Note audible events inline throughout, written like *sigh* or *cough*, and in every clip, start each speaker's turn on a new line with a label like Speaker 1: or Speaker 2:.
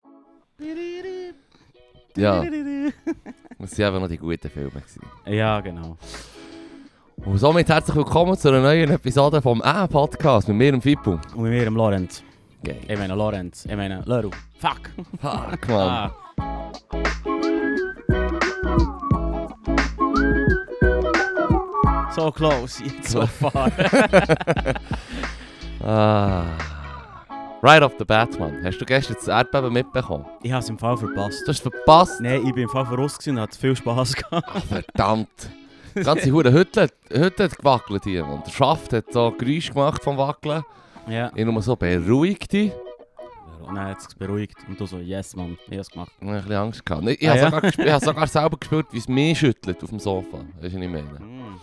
Speaker 1: *laughs*
Speaker 2: Ja. Es waren einfach noch die guten Filme. Gewesen.
Speaker 1: Ja, genau.
Speaker 2: Und somit herzlich willkommen zu einer neuen Episode vom A-Podcast mit mir, dem Fippo.
Speaker 1: Und mit mir, dem Lorenz.
Speaker 2: Geil.
Speaker 1: Ich meine Lorenz. Ich meine Leru. Fuck.
Speaker 2: Fuck, Mann.
Speaker 1: Ah. So close, yet so far. *laughs*
Speaker 2: Ah. Right off the bat, Mann. Hast du gestern das Erdbeben mitbekommen?
Speaker 1: ich habe es im Fall verpasst.
Speaker 2: Du
Speaker 1: *laughs*
Speaker 2: hast verpasst.
Speaker 1: Nein, ich bin im Fall verrost gewesen und hatte viel Spass gehabt.
Speaker 2: Ah, verdammt. Die ganze Hure Hütte, Hütte hat gewackelt hier. Und der Schaft hat so Geräusche gemacht vom Wackeln.
Speaker 1: Ja.
Speaker 2: Ich nur so beruhigt dich.
Speaker 1: Und dann hat es beruhigt. Und du so, yes, Mann, ich habe es gemacht.
Speaker 2: Ich habe ein bisschen Angst gehabt. Ich, ich
Speaker 1: Ah,
Speaker 2: habe
Speaker 1: ja?
Speaker 2: sogar, gesp- ich
Speaker 1: *laughs*
Speaker 2: habe sogar selber gespürt, wie es mich schüttelt auf dem Sofa. Weißt du, was ich meine?
Speaker 1: Mm.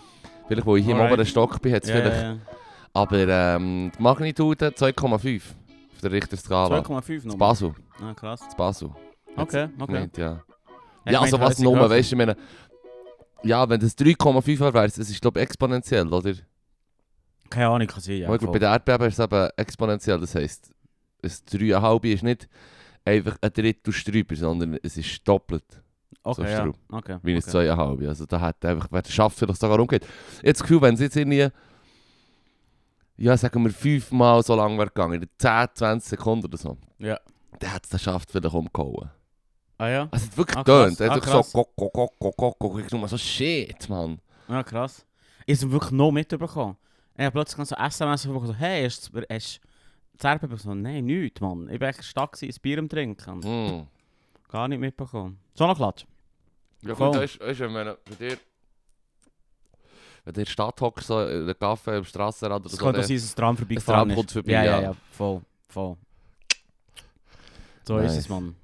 Speaker 2: Vielleicht, wo ich hier im
Speaker 1: Alright.
Speaker 2: oberen Stock bin, hat es
Speaker 1: Ja,
Speaker 2: vielleicht.
Speaker 1: ja, ja.
Speaker 2: Aber ähm, die Magnitude 2,5 auf der Richterskala.
Speaker 1: 2,5
Speaker 2: Das
Speaker 1: nochmal.
Speaker 2: Basel.
Speaker 1: Ah, krass.
Speaker 2: Das Basel. Hat's
Speaker 1: Okay, okay.
Speaker 2: Gemeint, ja.
Speaker 1: Ja,
Speaker 2: ja,
Speaker 1: ich
Speaker 2: also
Speaker 1: meinte,
Speaker 2: was
Speaker 1: häusig
Speaker 2: nur,
Speaker 1: höher.
Speaker 2: weißt du, ich meine. Ja, wenn das 3,5 wäre, das ist, glaube ich, exponentiell, oder?
Speaker 1: Keine Ahnung, kann sein. Ja,
Speaker 2: Aber ich glaube, bei
Speaker 1: voll.
Speaker 2: den Erdbeben ist es eben exponentiell. Das heisst, ein 3,5 ist nicht einfach ein Drittel Sträuber, sondern es ist doppelt. so
Speaker 1: okay,
Speaker 2: ist
Speaker 1: ja.
Speaker 2: drauf.
Speaker 1: okay.
Speaker 2: Minus
Speaker 1: okay.
Speaker 2: 2,5. Also da hat einfach, wer das schafft, vielleicht sogar umgeht. Ich habe das Gefühl, wenn es jetzt irgendwie, ja sagen wir fünfmal so lang wäre gegangen, in 10, 20 Sekunden oder so,
Speaker 1: Ja.
Speaker 2: dann hat es das geschafft, vielleicht umgehauen.
Speaker 1: Ah ja?
Speaker 2: Also es hat wirklich
Speaker 1: Ah, krass.
Speaker 2: getönt. Es hat
Speaker 1: Ah,
Speaker 2: wirklich
Speaker 1: krass.
Speaker 2: so kok, kok, kok, kok, kok, kok. Ich dachte mir so, shit, Mann.
Speaker 1: Ja, Ah, krass. Ich habe wirklich noch mitbekommen. Ich habe plötzlich so SMS bekommen, so, hey, hast du hast du das Erdbeben?» Ich so, nein, nichts, Mann. Ich war echt stark, gewesen, ein Bier am Trinken.
Speaker 2: Hm.
Speaker 1: Gar nicht mitbekommen. So noch klatsch.
Speaker 2: Ja
Speaker 1: Voll.
Speaker 2: gut, weißt du, wenn man bei dir... Wenn du in der Stadt hockst, so in der Kaffee, am Strassenrand
Speaker 1: Es
Speaker 2: oder so,
Speaker 1: könnte auch
Speaker 2: dann-
Speaker 1: sein, dass ein Tram vorbeigefahren
Speaker 2: Tram
Speaker 1: ist.
Speaker 2: kommt vorbei,
Speaker 1: ja,
Speaker 2: ja.
Speaker 1: ja, ja, voll, voll. So
Speaker 2: Nice.
Speaker 1: ist es, Mann.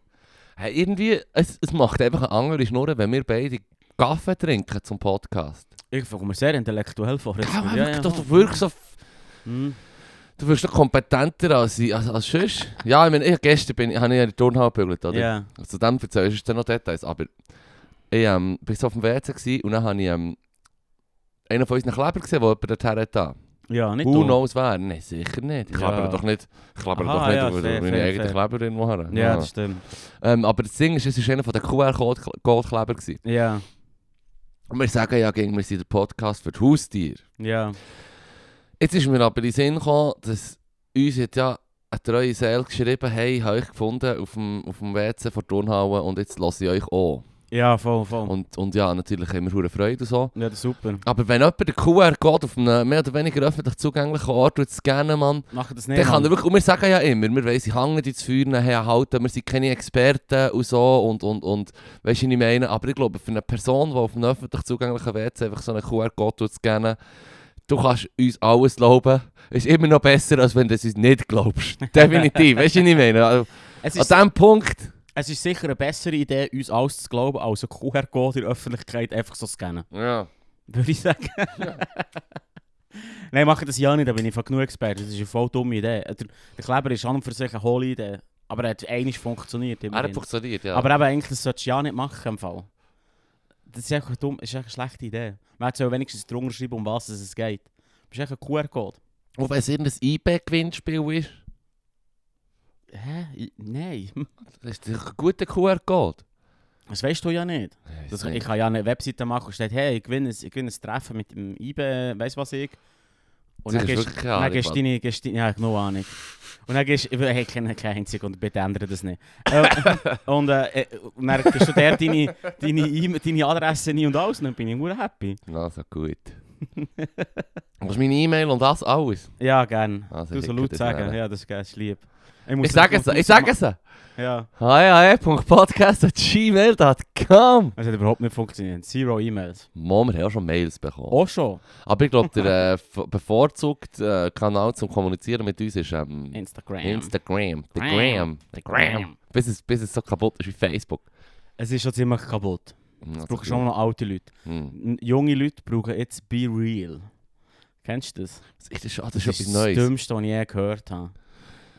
Speaker 2: hey, irgendwie, es, es macht einfach eine andere Schnur, wenn wir beide Kaffee trinken zum Podcast.
Speaker 1: Ich komme mir sehr intellektuell vor. jetzt.
Speaker 2: Ja, aber
Speaker 1: ja,
Speaker 2: wirklich,
Speaker 1: ja,
Speaker 2: doch,
Speaker 1: voll.
Speaker 2: du wirkst so...
Speaker 1: Hm.
Speaker 2: Du wirst doch kompetenter als, ich- als, als sonst. Ja, ich meine, ich, gestern bin, habe ich in der Turnhalle gebügelt, oder?
Speaker 1: Ja.
Speaker 2: Zu dem erzählst du dann noch Details, aber... Ich ähm, bin so auf dem WC gewesen und dann habe ich ähm, einen von unseren Kleber gesehen, der jemand dorthin hat. da.
Speaker 1: ja, nicht
Speaker 2: Who
Speaker 1: du.
Speaker 2: knows wer? Nein, sicher nicht. Ich
Speaker 1: Ja.
Speaker 2: klebere doch nicht, ich klebere
Speaker 1: Aha,
Speaker 2: doch nicht
Speaker 1: ja,
Speaker 2: über
Speaker 1: fair,
Speaker 2: meine
Speaker 1: fair,
Speaker 2: eigene
Speaker 1: fair.
Speaker 2: Kleberin, die haben.
Speaker 1: Ja, das stimmt.
Speaker 2: Ähm, aber das Ding ist, es war einer von den QR-Code-Kleber. gewesen.
Speaker 1: Ja,
Speaker 2: Und wir sagen ja, gegen, wir sind der Podcast für die Haustiere.
Speaker 1: ja.
Speaker 2: Jetzt ist mir aber in den Sinn gekommen, dass uns hat ja eine treue Seele geschrieben hey, ich habe euch gefunden auf dem, auf dem WC von der Turnhalle und jetzt lasse ich euch auch.
Speaker 1: Ja, voll, voll.
Speaker 2: Und, und ja, natürlich haben wir hure Freude und so.
Speaker 1: ja, das ist super.
Speaker 2: Aber wenn jemand den QR-Code auf einem mehr oder weniger öffentlich zugänglichen Ort tut scannen, Mann,
Speaker 1: Mach das nicht.
Speaker 2: Dann kann er
Speaker 1: Mann.
Speaker 2: wirklich, und wir sagen ja immer, wir weiss, ich hänge die zu führen, halten, wir sind keine Experten und so und, und, und weißt du, was ich meine? Aber ich glaube, für eine Person, die auf einem öffentlich zugänglichen WC einfach so einen QR-Code scannen du kannst uns alles glauben, ist immer noch besser, als wenn du es uns nicht
Speaker 1: *laughs*
Speaker 2: glaubst. Definitiv, weißt du, was ich meine? Also,
Speaker 1: es,
Speaker 2: an
Speaker 1: ist,
Speaker 2: diesem Punkt,
Speaker 1: es ist sicher eine bessere Idee, uns alles zu glauben, als einen QR-Code in der Öffentlichkeit einfach so zu scannen. *laughs*
Speaker 2: ja,
Speaker 1: Würde ich sagen. Nein, mach das ja nicht, da bin ich von genug Experte. Das ist eine voll dumme Idee. Der, der Kleber ist an und für sich eine hohle Idee. Aber er hat einmal funktioniert.
Speaker 2: er
Speaker 1: immerhin.
Speaker 2: hat funktioniert, ja.
Speaker 1: Aber eben, eigentlich das solltest du ja nicht machen im Fall. Das ist einfach dumm, das ist echt eine schlechte Idee. Man hätte so wenigstens drunter schreiben, um was es geht. Das ist echt ein QR-Code.
Speaker 2: und wenn es irgendein IB-Gewinnspiel ist,
Speaker 1: Hä? I- Nein. *laughs*
Speaker 2: das ist doch ein guter QR-Code.
Speaker 1: Das weißt du ja nicht.
Speaker 2: Ich weiss
Speaker 1: Das,
Speaker 2: nicht.
Speaker 1: ich kann ja eine Webseite machen und steht, hey, ich gewinne, ein- ich gewinne ein Treffen mit dem IBE, weiss was ich. Und
Speaker 2: Das
Speaker 1: dann
Speaker 2: ist
Speaker 1: gehst
Speaker 2: wirklich keine
Speaker 1: dann
Speaker 2: Ahnung,
Speaker 1: gehst du
Speaker 2: Mann.
Speaker 1: deine, gehst deine, ja, genau Ahnung. Und dann gehst du, hey, keine keine einzige und bitte ändere das nicht. Äh,
Speaker 2: *laughs*
Speaker 1: und, äh, äh, und dann gehst du der deine, deine, E-Mail- deine Adresse nie und alles, dann bin ich nur happy.
Speaker 2: Na, so Also gut. *laughs* Was ist meine E-Mail und das alles?
Speaker 1: Ja, gern.
Speaker 2: Also,
Speaker 1: du
Speaker 2: ich
Speaker 1: so
Speaker 2: würde
Speaker 1: laut
Speaker 2: das
Speaker 1: sagen,
Speaker 2: wählen.
Speaker 1: ja, das ist geil, das ist lieb. Ich, muss
Speaker 2: Ich sage es, ich sage E es.
Speaker 1: Ja,
Speaker 2: hae.podcast.gmail.com
Speaker 1: es hat überhaupt nicht funktioniert. Zero E-Mails.
Speaker 2: Mom, wir haben auch schon Mails bekommen.
Speaker 1: Auch schon.
Speaker 2: Aber ich glaube,
Speaker 1: *laughs*
Speaker 2: der äh, v- bevorzugte äh, Kanal zum Kommunizieren mit uns ist ähm,
Speaker 1: Instagram.
Speaker 2: Instagram. Der
Speaker 1: Gram.
Speaker 2: Gram. Der Gram.
Speaker 1: Gram.
Speaker 2: Bis es, bis es so kaputt ist wie Facebook.
Speaker 1: Es ist schon ziemlich kaputt.
Speaker 2: Hm,
Speaker 1: Es
Speaker 2: also
Speaker 1: braucht
Speaker 2: gut.
Speaker 1: schon noch alte Leute.
Speaker 2: Hm.
Speaker 1: N- Junge Leute brauchen jetzt Be Real. Kennst du das?
Speaker 2: Das ist, das ist, ah, das ist etwas Neues.
Speaker 1: das Dümmste, was ich je gehört habe.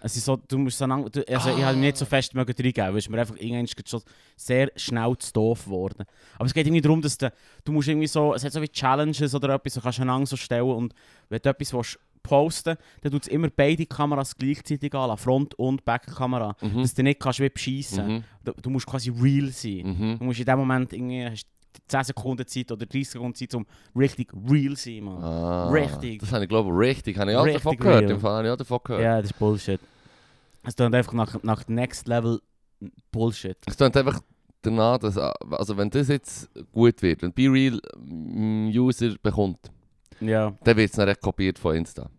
Speaker 1: Es ist so, du musst so lang, du, also ich
Speaker 2: Ah.
Speaker 1: habe mich nicht so fest mögen reingeben, weil es mir einfach irgendwann ist schon sehr schnell zu doof geworden. Aber es geht irgendwie darum, dass du, du musst irgendwie so, es hat so wie Challenges oder etwas, du kannst einander so stellen und wenn du etwas willst, posten, dann tut es immer beide Kameras gleichzeitig an, la Front- und Backkamera,
Speaker 2: Mhm.
Speaker 1: dass du nicht kannst wie bescheissen.
Speaker 2: Mhm.
Speaker 1: Du, du musst quasi real sein.
Speaker 2: Mhm.
Speaker 1: Du musst in dem Moment irgendwie hast 10 Sekunden Zeit oder 30 Sekunden Zeit, um richtig real zu sein, Mann.
Speaker 2: Ah,
Speaker 1: Richtig.
Speaker 2: Das habe ich glaube richtig, habe ich auch
Speaker 1: Richtig
Speaker 2: davon gehört.
Speaker 1: real.
Speaker 2: Im Fall habe ich auch davon gehört.
Speaker 1: Ja, das ist Bullshit. Es klingt einfach nach, nach Next Level Bullshit.
Speaker 2: Es klingt einfach danach, dass, also wenn das jetzt gut wird, wenn BeReal mm, User bekommt,
Speaker 1: Ja,
Speaker 2: dann wird es dann echt kopiert von Insta,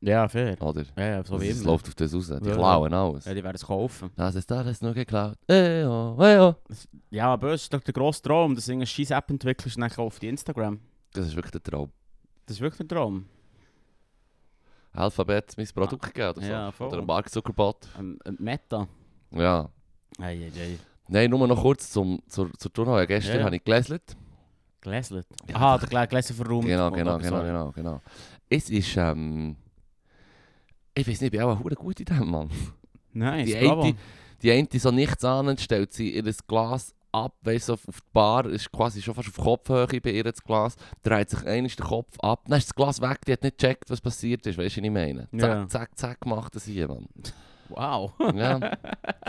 Speaker 1: ja, fair.
Speaker 2: oder?
Speaker 1: Ja, ja, so
Speaker 2: Das-
Speaker 1: wie
Speaker 2: Es
Speaker 1: immer.
Speaker 2: läuft auf das raus, die
Speaker 1: Ja.
Speaker 2: klauen alles.
Speaker 1: Ja, die werden es kaufen.
Speaker 2: Das ist alles nur geklaut. Ey, oh, ey, oh.
Speaker 1: Ja, aber es ist doch der grosse Traum, dass du eine scheiß App entwickelst und dann auf die Instagram.
Speaker 2: Das ist wirklich der Traum.
Speaker 1: Das ist wirklich der Traum.
Speaker 2: Alphabet mein Produkt gegeben oder so.
Speaker 1: Ja, voll.
Speaker 2: oder ein Mark Zuckerbot.
Speaker 1: Ähm, ähm, Meta.
Speaker 2: Ja.
Speaker 1: Ei, ei, ei.
Speaker 2: Nein, nur noch kurz zum, zur, zur Turnhalle. Ja, Gestern
Speaker 1: Ja.
Speaker 2: habe ich gelesen.
Speaker 1: Gläslet.
Speaker 2: Ja,
Speaker 1: Aha, Ah, der Glä Gläser verräumt.
Speaker 2: Genau,
Speaker 1: Oh,
Speaker 2: genau,
Speaker 1: okay,
Speaker 2: genau,
Speaker 1: sorry.
Speaker 2: genau, genau. Es ist, ähm... Ich weiß nicht, ich bin auch verdammt gut in dem, Mann.
Speaker 1: Nice,
Speaker 2: Die
Speaker 1: bravo.
Speaker 2: eine- Die eine, die so nichts ahnend, stellt sie ihr Glas ab, weißt du, auf auf die Bar, ist quasi schon fast auf Kopfhöhe bei ihr das Glas, dreht sich einmal den Kopf ab, dann ist das Glas weg, die hat nicht gecheckt, was passiert ist, weißt du, was ich meine? Zack,
Speaker 1: Ja.
Speaker 2: zack, zack, macht das hier, Mann.
Speaker 1: Wow.
Speaker 2: Ja.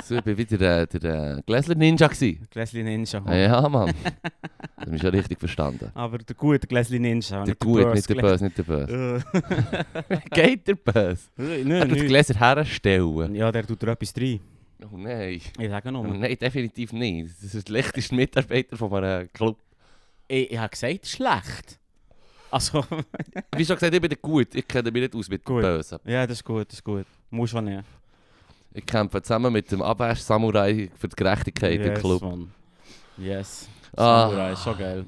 Speaker 2: so, ich bin wieder der, der äh, Gläsler Ninja gewesen.
Speaker 1: *laughs* Gläsli Ninja.
Speaker 2: Ja, Mann. Das ist ja richtig verstanden.
Speaker 1: Aber der gute Gläsli Ninja.
Speaker 2: Der Gut, nicht der Böse, nicht der Böse.
Speaker 1: Äh.
Speaker 2: *laughs* Geht der Böse?
Speaker 1: Nein,
Speaker 2: Hat das Gläser herstellen?
Speaker 1: Ja, der tut er etwas rein.
Speaker 2: Oh nein.
Speaker 1: Ich sage
Speaker 2: Oh,
Speaker 1: nur.
Speaker 2: nein, definitiv nicht. Das ist der schlechteste Mitarbeiter von meinem Club.
Speaker 1: Ich, ich habe gesagt, schlecht. Also,
Speaker 2: Wie schon gesagt, ich bin der Gut. Ich kenne mich nicht aus mit dem
Speaker 1: Gut.
Speaker 2: Bösen.
Speaker 1: *laughs* ja, das ist gut, das ist gut. Muss schon nicht.
Speaker 2: Ich kämpfe zusammen mit dem Abwasch-Samurai für die Gerechtigkeit im Club.
Speaker 1: Mann. Yes.
Speaker 2: Ah.
Speaker 1: Samurai, ist so geil.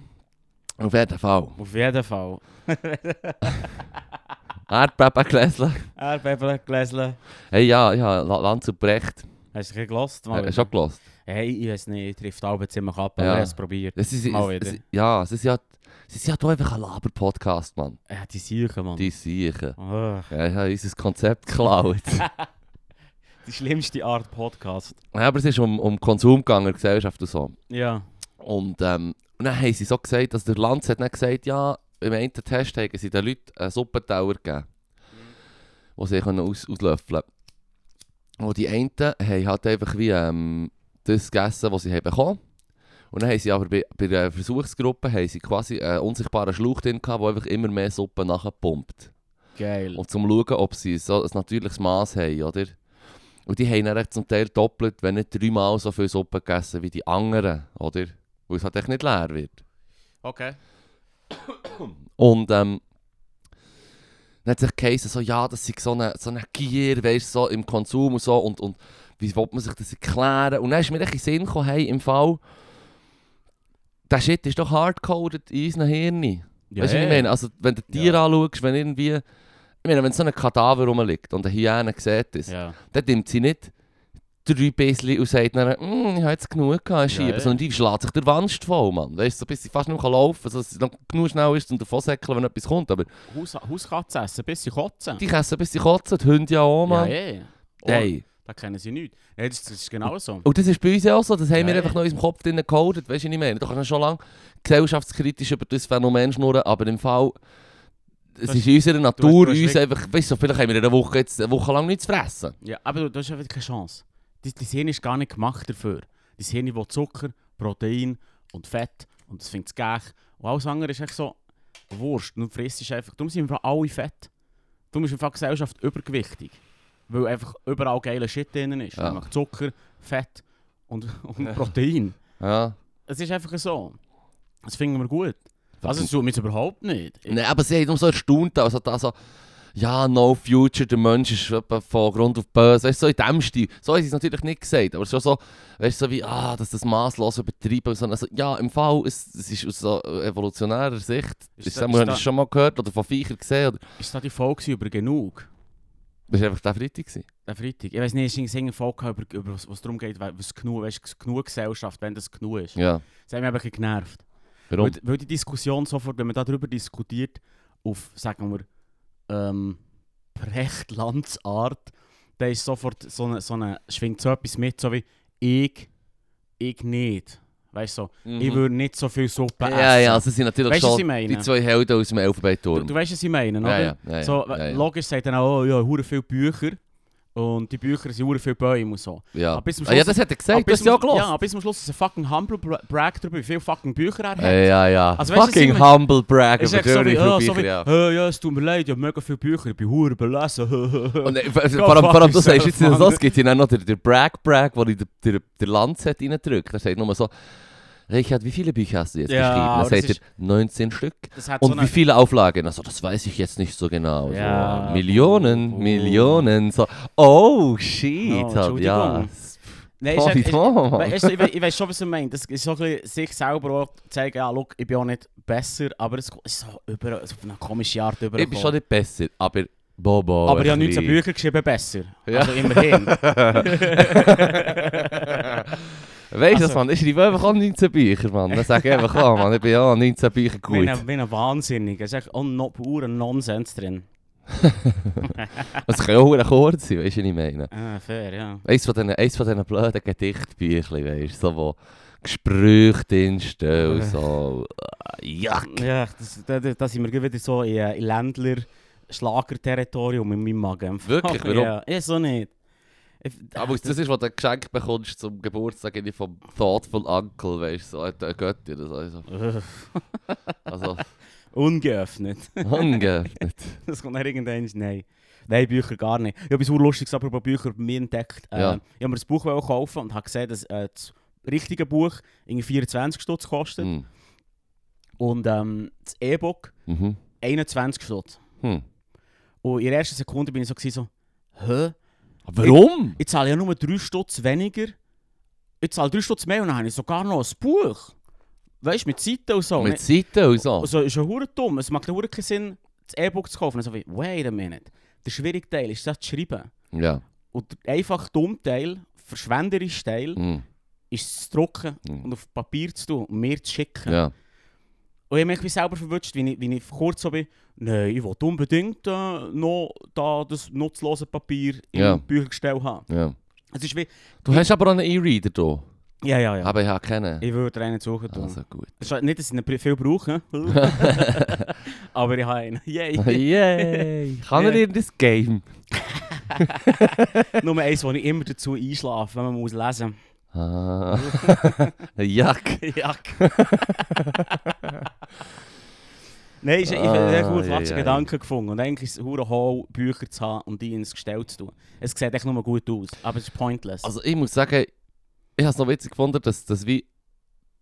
Speaker 2: Auf jeden Fall.
Speaker 1: Auf jeden Fall.
Speaker 2: Erdbeben-Gläsler.
Speaker 1: Erdbeeren, Gläsle.
Speaker 2: Hey, ja, ja, La- Lanz und Brecht.
Speaker 1: Hast du dich gelost?
Speaker 2: Äh, schon gehört.
Speaker 1: Hey, ich weiß nicht, trifft alle ziemlich ab,
Speaker 2: Ja.
Speaker 1: aber ich es probiert.
Speaker 2: Es ist,
Speaker 1: Mal
Speaker 2: es, es,
Speaker 1: wieder.
Speaker 2: ja, es ist ja... Es ist ja doch einfach ein Laber-Podcast, Mann.
Speaker 1: Ja, die Silke, Mann.
Speaker 2: Die Siechen.
Speaker 1: Ah,
Speaker 2: Ja, ja, unser Konzept geklaut. *laughs*
Speaker 1: die schlimmste Art Podcast.
Speaker 2: ja, aber es ist um, um Konsum gegangen, in der Gesellschaft und so.
Speaker 1: Ja.
Speaker 2: Und ähm, und dann haben sie so gesagt, dass der Lanz hat dann gesagt, ja, im einen Test haben sie den Leuten einen Suppenteller gegeben, wo sie können aus auslöffeln konnten. Und die einen haben halt einfach wie ähm, das gegessen, was sie haben bekommen Und dann haben sie aber bei, bei der Versuchsgruppe haben sie quasi einen unsichtbaren Schlauch drin gehabt, der einfach immer mehr Suppe nachpumpt.
Speaker 1: Geil.
Speaker 2: Und zum schauen, ob sie so ein natürliches Maß haben, oder? Und die haben dann echt zum Teil doppelt, wenn nicht dreimal so viel Suppe gegessen wie die anderen, oder? Weil es halt echt nicht leer wird.
Speaker 1: Okay.
Speaker 2: Und ähm, dann hat sich geheißen, so, ja, das sei so eine, so eine Gier, weißt so im Konsum und so. Und, und wie will man sich das erklären? Und dann ist mir echt in den Sinn gekommen, hey, im Fall, der Shit ist doch hardcoded in unseren Hirnen.
Speaker 1: Ja,
Speaker 2: weißt du, was ich
Speaker 1: ja.
Speaker 2: meine? Also, wenn du Tier
Speaker 1: Ja.
Speaker 2: anschaust, wenn irgendwie. Ich meine, wenn so ein Kadaver rumliegt und eine Hyäne sieht das,
Speaker 1: Ja.
Speaker 2: dann nimmt sie nicht drei Bisschen und sagt dann, «Mm, ich habe jetzt genug gehabt, ich
Speaker 1: Ja,
Speaker 2: schiebe,
Speaker 1: ja.
Speaker 2: sondern die schlägt sich der Wanst voll, Mann. Weißt du, so bis sie fast nicht mehr laufen kann, sodass sie noch genug schnell ist, um davon zu säckeln, wenn etwas kommt. Aber
Speaker 1: Haus, Hauskatze essen, bis sie kotzen.
Speaker 2: die essen bis sie kotzen, die Hunde ja auch, Mann.
Speaker 1: Ja, ja. Oh,
Speaker 2: Hey.
Speaker 1: Da kennen sie nicht. Ja, das, das ist genau so.
Speaker 2: Und das ist bei uns ja auch so, das haben
Speaker 1: Ja,
Speaker 2: wir
Speaker 1: ja.
Speaker 2: einfach noch in unserem Kopf drin gecodet, weißt du, was ich meine? Du kannst ja schon lange gesellschaftskritisch über das Phänomen schnurren, aber im Fall, es
Speaker 1: Du
Speaker 2: ist in unserer Natur,
Speaker 1: du hast
Speaker 2: uns
Speaker 1: recht.
Speaker 2: einfach, weißt du, vielleicht haben wir in einer Woche jetzt eine Woche lang nichts zu fressen.
Speaker 1: Ja, aber du, du hast einfach keine Chance. Dein, dein Hirn ist gar nicht gemacht dafür. Dein Hirn will Zucker, Protein und Fett und das findet es geil. Und alles andere ist echt so Wurst. Du frisst einfach. Darum sind wir alle fett. Darum ist einfach die Gesellschaft übergewichtig. Weil einfach überall geiler Shit drinnen ist.
Speaker 2: Ja.
Speaker 1: Nämlich Zucker, Fett und, und Protein.
Speaker 2: Ja.
Speaker 1: Es ist einfach so. Das finden wir gut. Also es tut mir jetzt überhaupt nicht. Ich-
Speaker 2: Nein, aber sie haben so erstaunt, also da so, ja, no future, der Mensch ist etwa von Grund auf böse, weißt du, so in dem Stil. So haben sie es natürlich nicht gesagt, aber schon so, weißt du, so wie, ah, dass das maßlos übertrieben ist. Also, ja, im Fall, es, es ist aus so evolutionärer Sicht,
Speaker 1: Ist
Speaker 2: ist das,
Speaker 1: da-
Speaker 2: haben
Speaker 1: ist
Speaker 2: wir
Speaker 1: da-
Speaker 2: das schon mal gehört oder von Viecher gesehen, oder,
Speaker 1: Ist das die Folge über genug?
Speaker 2: das war einfach der Freitag. Gewesen.
Speaker 1: Der Freitag. Ich weiß nicht, es ist eine Folge gehabt, über, über was was darum geht, we- was genug, weißt, genug Gesellschaft, wenn das genug ist.
Speaker 2: Ja,
Speaker 1: Das hat mich eben ein bisschen genervt.
Speaker 2: warum?
Speaker 1: Weil, weil die Diskussion sofort, wenn man darüber diskutiert, auf, sagen wir, ähm, Prechtlandsart, dann eh, ist sofort so eine, so eine, schwingt so etwas mit, so wie ich, ich nicht. Weißt du, so,
Speaker 2: Mhm.
Speaker 1: ich würde nicht so viel Suppe essen.
Speaker 2: Ja, ja, also sie sind natürlich
Speaker 1: Weißt du, was ich
Speaker 2: schon
Speaker 1: meine?
Speaker 2: die zwei Helden aus dem
Speaker 1: Du,
Speaker 2: Elfenbeinturm.
Speaker 1: du weißt, was ich meine,
Speaker 2: ja,
Speaker 1: oder?
Speaker 2: ja, ja, ja,
Speaker 1: so,
Speaker 2: ja, ja.
Speaker 1: Logisch sagt dann auch, oh, ja, hure viele Bücher. Und die Bücher sind hure viele Bäume und so.
Speaker 2: Ja.
Speaker 1: aber bis zum
Speaker 2: Ah, ja,
Speaker 1: Schluss-
Speaker 2: das hat er gesagt,
Speaker 1: Aber
Speaker 2: das
Speaker 1: bis
Speaker 2: ist ja
Speaker 1: zum-
Speaker 2: gelost.
Speaker 1: Ja, aber bis zum Schluss ist ein fucking humble bra- brag darüber, wie viele fucking Bücher er hat.
Speaker 2: Ja, ja, ja.
Speaker 1: Also weißt du,
Speaker 2: Fucking
Speaker 1: was ich
Speaker 2: humble brag
Speaker 1: Ist
Speaker 2: über
Speaker 1: echt so wie,
Speaker 2: Dörri
Speaker 1: oh,
Speaker 2: von
Speaker 1: so wie,
Speaker 2: Bücher, ja.
Speaker 1: oh, ja, es tut mir leid, ich habe mega viele Bücher, ich bin hure belesen.
Speaker 2: Und äh, vor vor allem, vor allem du
Speaker 1: yourself,
Speaker 2: sagst jetzt nicht so,
Speaker 1: Oh, Mann.
Speaker 2: es gibt ja dann noch den, den Brag Brag, wo der, der, der Lanz hat reindrückt. Er sagt nur so, Richard, wie viele Bücher hast du jetzt
Speaker 1: Ja,
Speaker 2: geschrieben? Dann
Speaker 1: aber das
Speaker 2: sagt er, 19 Stück.
Speaker 1: das hat
Speaker 2: Und
Speaker 1: so
Speaker 2: wie
Speaker 1: eine,
Speaker 2: viele Auflagen? Also, das weiß ich jetzt nicht so genau.
Speaker 1: Ja,
Speaker 2: so, Millionen,
Speaker 1: puh, puh.
Speaker 2: Millionen. So. Oh, shit.
Speaker 1: Oh,
Speaker 2: halt, ja.
Speaker 1: Entschuldigung. Nein, ist,
Speaker 2: Sorry,
Speaker 1: echt- ist,
Speaker 2: Thomas.
Speaker 1: Weißt du, ich, we- ich weiß schon, was du meinst. Das ist so ein bisschen sich selber auch zeigen, ja, look, ich bin auch nicht besser, aber es ist so über, so auf eine komische Art über.
Speaker 2: Ich bin schon nicht besser, aber Bobo.
Speaker 1: aber ich habe
Speaker 2: ein
Speaker 1: 19
Speaker 2: bisschen.
Speaker 1: Bücher geschrieben, besser.
Speaker 2: Ja.
Speaker 1: Also immerhin.
Speaker 2: Weißt du das,
Speaker 1: Also-
Speaker 2: Mann? Ich schreibe einfach auch 19 Bücher, Mann. Dann sage ich einfach, oh, Mann, ich bin auch 19 Bücher
Speaker 1: Ich bin
Speaker 2: gut.
Speaker 1: ein- bin ein Wahnsinniger. Es ist echt auch noch pure Nonsens drin.
Speaker 2: Es kann ja auch verdammt kurz sein, weißt du, was ich meine?
Speaker 1: Ah, fair, ja.
Speaker 2: Eins von diesen, eins von diesen blöden Gedichtbüchlein, weißt du, so, wo Gespräche drinstehen und so. Ja.
Speaker 1: Ja, das, da, da, da sind wir gleich wieder so in, äh, in Ländler Schlagerterritorium in meinem Magen. im Fall.
Speaker 2: Wirklich?
Speaker 1: *laughs*
Speaker 2: Warum?
Speaker 1: Ja, ich so nicht. Äh, Ich,
Speaker 2: Aber das ist, was du geschenkt bekommst zum Geburtstag irgendwie vom Thoughtful Uncle, weißt du, so ein ein Götti oder so. Also,
Speaker 1: Uff.
Speaker 2: also
Speaker 1: *laughs* ungeöffnet. *laughs*
Speaker 2: Hm, ungeöffnet.
Speaker 1: Das kommt dann irgendwann. Nein. Nein, Bücher gar nicht. Ich habe etwas Lustiges apropos Bücher bei mir entdeckt. Äh,
Speaker 2: Ja.
Speaker 1: Ich habe mir ein Buch wollen kaufen und habe gesehen, dass äh, das richtige Buch irgendwie 24 Stutz kostet
Speaker 2: Hm.
Speaker 1: und ähm, das E-Book
Speaker 2: Mhm.
Speaker 1: 21 Stutz.
Speaker 2: Hm.
Speaker 1: Und in der ersten Sekunde bin ich so, gewesen, so hä?
Speaker 2: Warum?
Speaker 1: Ich zahle ja nur 3 Stutz weniger. Ich zahle 3 Stutz mehr und dann habe ich sogar noch ein Buch. Weißt du, mit Seiten und so.
Speaker 2: Mit Seiten und so.
Speaker 1: Also ist ja hure dumm. Es macht ja hure keinen Sinn, das E-Book zu kaufen. Also wie, wait a minute. Der schwierige Teil ist das zu schreiben.
Speaker 2: Ja.
Speaker 1: Und der einfach dumme Teil, verschwenderische Teil,
Speaker 2: Hm.
Speaker 1: ist es zu drucken
Speaker 2: Mhm.
Speaker 1: und auf Papier zu tun und mir zu schicken.
Speaker 2: Ja.
Speaker 1: Und ich habe mich wie selber verwünscht, wie ich, wie ich kurz so bin, nein, ich will unbedingt äh, noch da das nutzlose Papier
Speaker 2: Ja.
Speaker 1: im Büchergestell haben.
Speaker 2: ja.
Speaker 1: Es ist wie,
Speaker 2: Du hast aber auch einen E-Reader da.
Speaker 1: ja, ja, ja.
Speaker 2: Aber ich habe keinen.
Speaker 1: Ich würde einen suchen tun.
Speaker 2: Also *laughs* gut.
Speaker 1: Es ist Nicht, dass ich ihn viel
Speaker 2: *laughs*
Speaker 1: brauche, aber ich habe einen. Yay.
Speaker 2: Yay! Kann er in das Game?
Speaker 1: Nur eins, das ich immer dazu einschlafe, wenn man muss
Speaker 2: *laughs*
Speaker 1: lesen
Speaker 2: Ah. *laughs* Jack.
Speaker 1: muss. *laughs* Jack. Nein, ich, ich habe
Speaker 2: Ah,
Speaker 1: einen sehr
Speaker 2: ja,
Speaker 1: guten
Speaker 2: ja, ja.
Speaker 1: Platz Gedanken gefunden. Und eigentlich ist es hure hohl, Bücher zu haben und die ins Gestell zu tun. Es sieht echt nur gut aus, aber es ist Ah, pointless.
Speaker 2: Also ich muss sagen, ich habe es noch witzig gefunden, dass, dass wie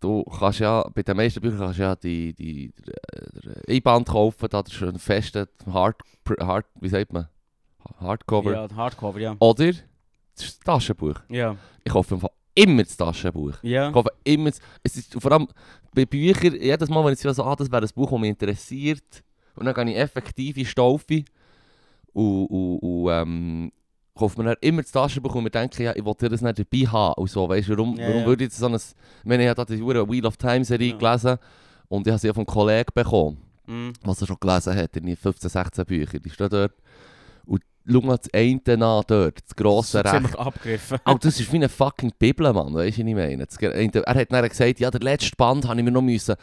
Speaker 2: du kannst ja, bei den meisten Büchern kannst du ja die, die, der- der E-Band kaufen, da ist ein festen Hard, Hard, wie sagt man? Hardcover.
Speaker 1: ja, Hardcover, ja.
Speaker 2: Oder das Taschenbuch.
Speaker 1: Ja,
Speaker 2: Ich kaufe im Fall immer das Taschenbuch.
Speaker 1: ja.
Speaker 2: Ich kaufe immer das, es ist vor allem bei Büchern, jedes Mal, wenn ich sehe, so, ah, das wäre ein Buch, das mich interessiert, und dann gehe ich effektiv in Staufe und, und, und ähm, kaufe mir dann immer das Taschenbuch und mir denke, ja, ich wollte das nicht dabei haben und so, weißt du, warum,
Speaker 1: Ja,
Speaker 2: warum
Speaker 1: ja.
Speaker 2: würde ich jetzt so ein, ich meine, ich habe da die verdammte Wheel of Time Serie
Speaker 1: Ja.
Speaker 2: gelesen und ich habe sie auch vom Kollegen bekommen,
Speaker 1: Mm.
Speaker 2: was er schon gelesen hat, in 15, 16 Bücher, die stehen dort und schau mal das eine an dort, das grosse
Speaker 1: Das ist
Speaker 2: Recht.
Speaker 1: ziemlich abgegriffen.
Speaker 2: Auch das ist wie eine fucking Bibel, Mann. Weißt du, was ich meine? Das- Er hat dann gesagt, ja, der letzte Band habe ich mir noch müssen.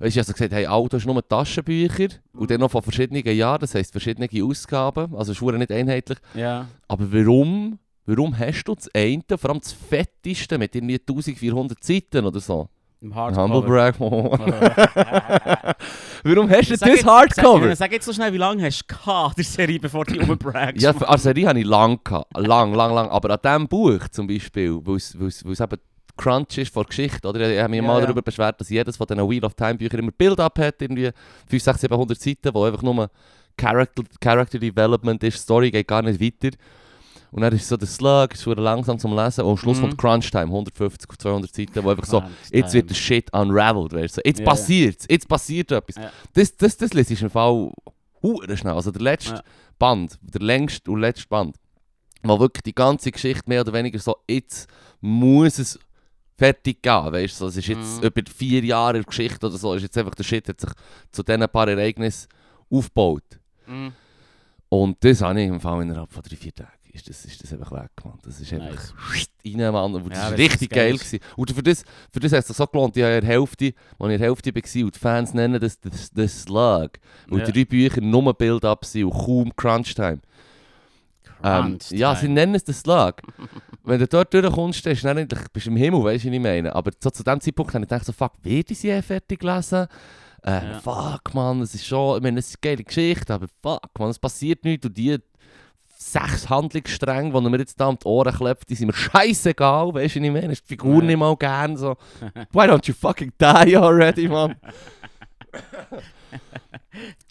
Speaker 2: Weißt du, ich habe gesagt, hey, Auto ist nur Taschenbücher und dann noch von verschiedenen Jahren, das heisst verschiedene Ausgaben. Also, es ist verdammt nicht einheitlich.
Speaker 1: Ja.
Speaker 2: Aber warum, warum hast du das eine, vor allem das fetteste mit irgendwie 1400 Seiten oder so?
Speaker 1: Im
Speaker 2: Humble
Speaker 1: Hardcover.
Speaker 2: Brag. *laughs* warum hast du das
Speaker 1: Sag,
Speaker 2: Hardcover?
Speaker 1: sag jetzt so schnell, wie lange hast du gehabt, der Serie, bevor
Speaker 2: *laughs*
Speaker 1: du die umbringst?
Speaker 2: Ja, für eine Serie hatte ich lange. gehabt. Lang, lang, lang. Aber an diesem Buch zum Beispiel, weil es weil es- weil es eben Crunch ist vor Geschichte, oder? Ich habe mich
Speaker 1: Ja,
Speaker 2: mal
Speaker 1: ja.
Speaker 2: darüber beschwert, dass jedes von diesen Wheel of Time Büchern immer Build-Up hat, irgendwie 500, 600, 700 Seiten, wo einfach nur Character, Character Development ist, Story geht gar nicht weiter. Und dann ist so der Slug, ist verdammt langsam zum Lesen und am Schluss
Speaker 1: Mhm.
Speaker 2: kommt Crunch Time, 150, 200 Seiten, wo einfach so,
Speaker 1: Crunch Time.
Speaker 2: jetzt wird der Shit unraveled, weißt du? so, Jetzt
Speaker 1: Ja, ja.
Speaker 2: passiert's, jetzt passiert etwas.
Speaker 1: Ja.
Speaker 2: Das, das, das lese ich im Fall hure schnell. Also der letzte
Speaker 1: Ja.
Speaker 2: Band, der längste und letzte Band, wo wirklich die ganze Geschichte mehr oder weniger so, jetzt muss es fertig gehen, weißt du? so, Es ist jetzt
Speaker 1: Mhm.
Speaker 2: über vier Jahre in der Geschichte oder so, ist jetzt einfach der Shit hat sich zu diesen paar Ereignissen aufgebaut.
Speaker 1: Mm.
Speaker 2: Ähm, Und das habe ich im Fall innerhalb von drei, vier Tagen. ist das, ist das einfach weg, Mann. Das ist einfach
Speaker 1: Nice.
Speaker 2: rein, Mann. Und
Speaker 1: Ja,
Speaker 2: das war
Speaker 1: das ist
Speaker 2: richtig
Speaker 1: geil.
Speaker 2: geil. Gewesen. Und für das, für das hat es sich so gelohnt. Ich habe in der Hälfte, als ich in der Hälfte war, und die Fans nennen das das- das Slug. Weil
Speaker 1: Ja.
Speaker 2: drei Bücher nur Build-up sind und kaum Crunch-Time. Ähm,
Speaker 1: Crunch
Speaker 2: ja,
Speaker 1: Time.
Speaker 2: sie nennen es
Speaker 1: *laughs*
Speaker 2: den Schlag. Wenn du dort durchkommst, dann ist dann endlich, bist du im Himmel, weißt du, was ich meine? Aber so zu dem Zeitpunkt habe ich gedacht, so, fuck, wird ich sie eh fertig lesen? Äh,
Speaker 1: Ja.
Speaker 2: Fuck, Mann, es ist schon, ich meine, es ist eine geile Geschichte, aber fuck, Mann, es passiert nichts und die sechs Handlungsstränge, die mir jetzt da um die Ohren klopft, die sind mir scheißegal, weißt du, was ich meine? Ist die Figur
Speaker 1: Ja.
Speaker 2: nicht mal gern so. Why don't you fucking die already,
Speaker 1: *laughs*
Speaker 2: Mann?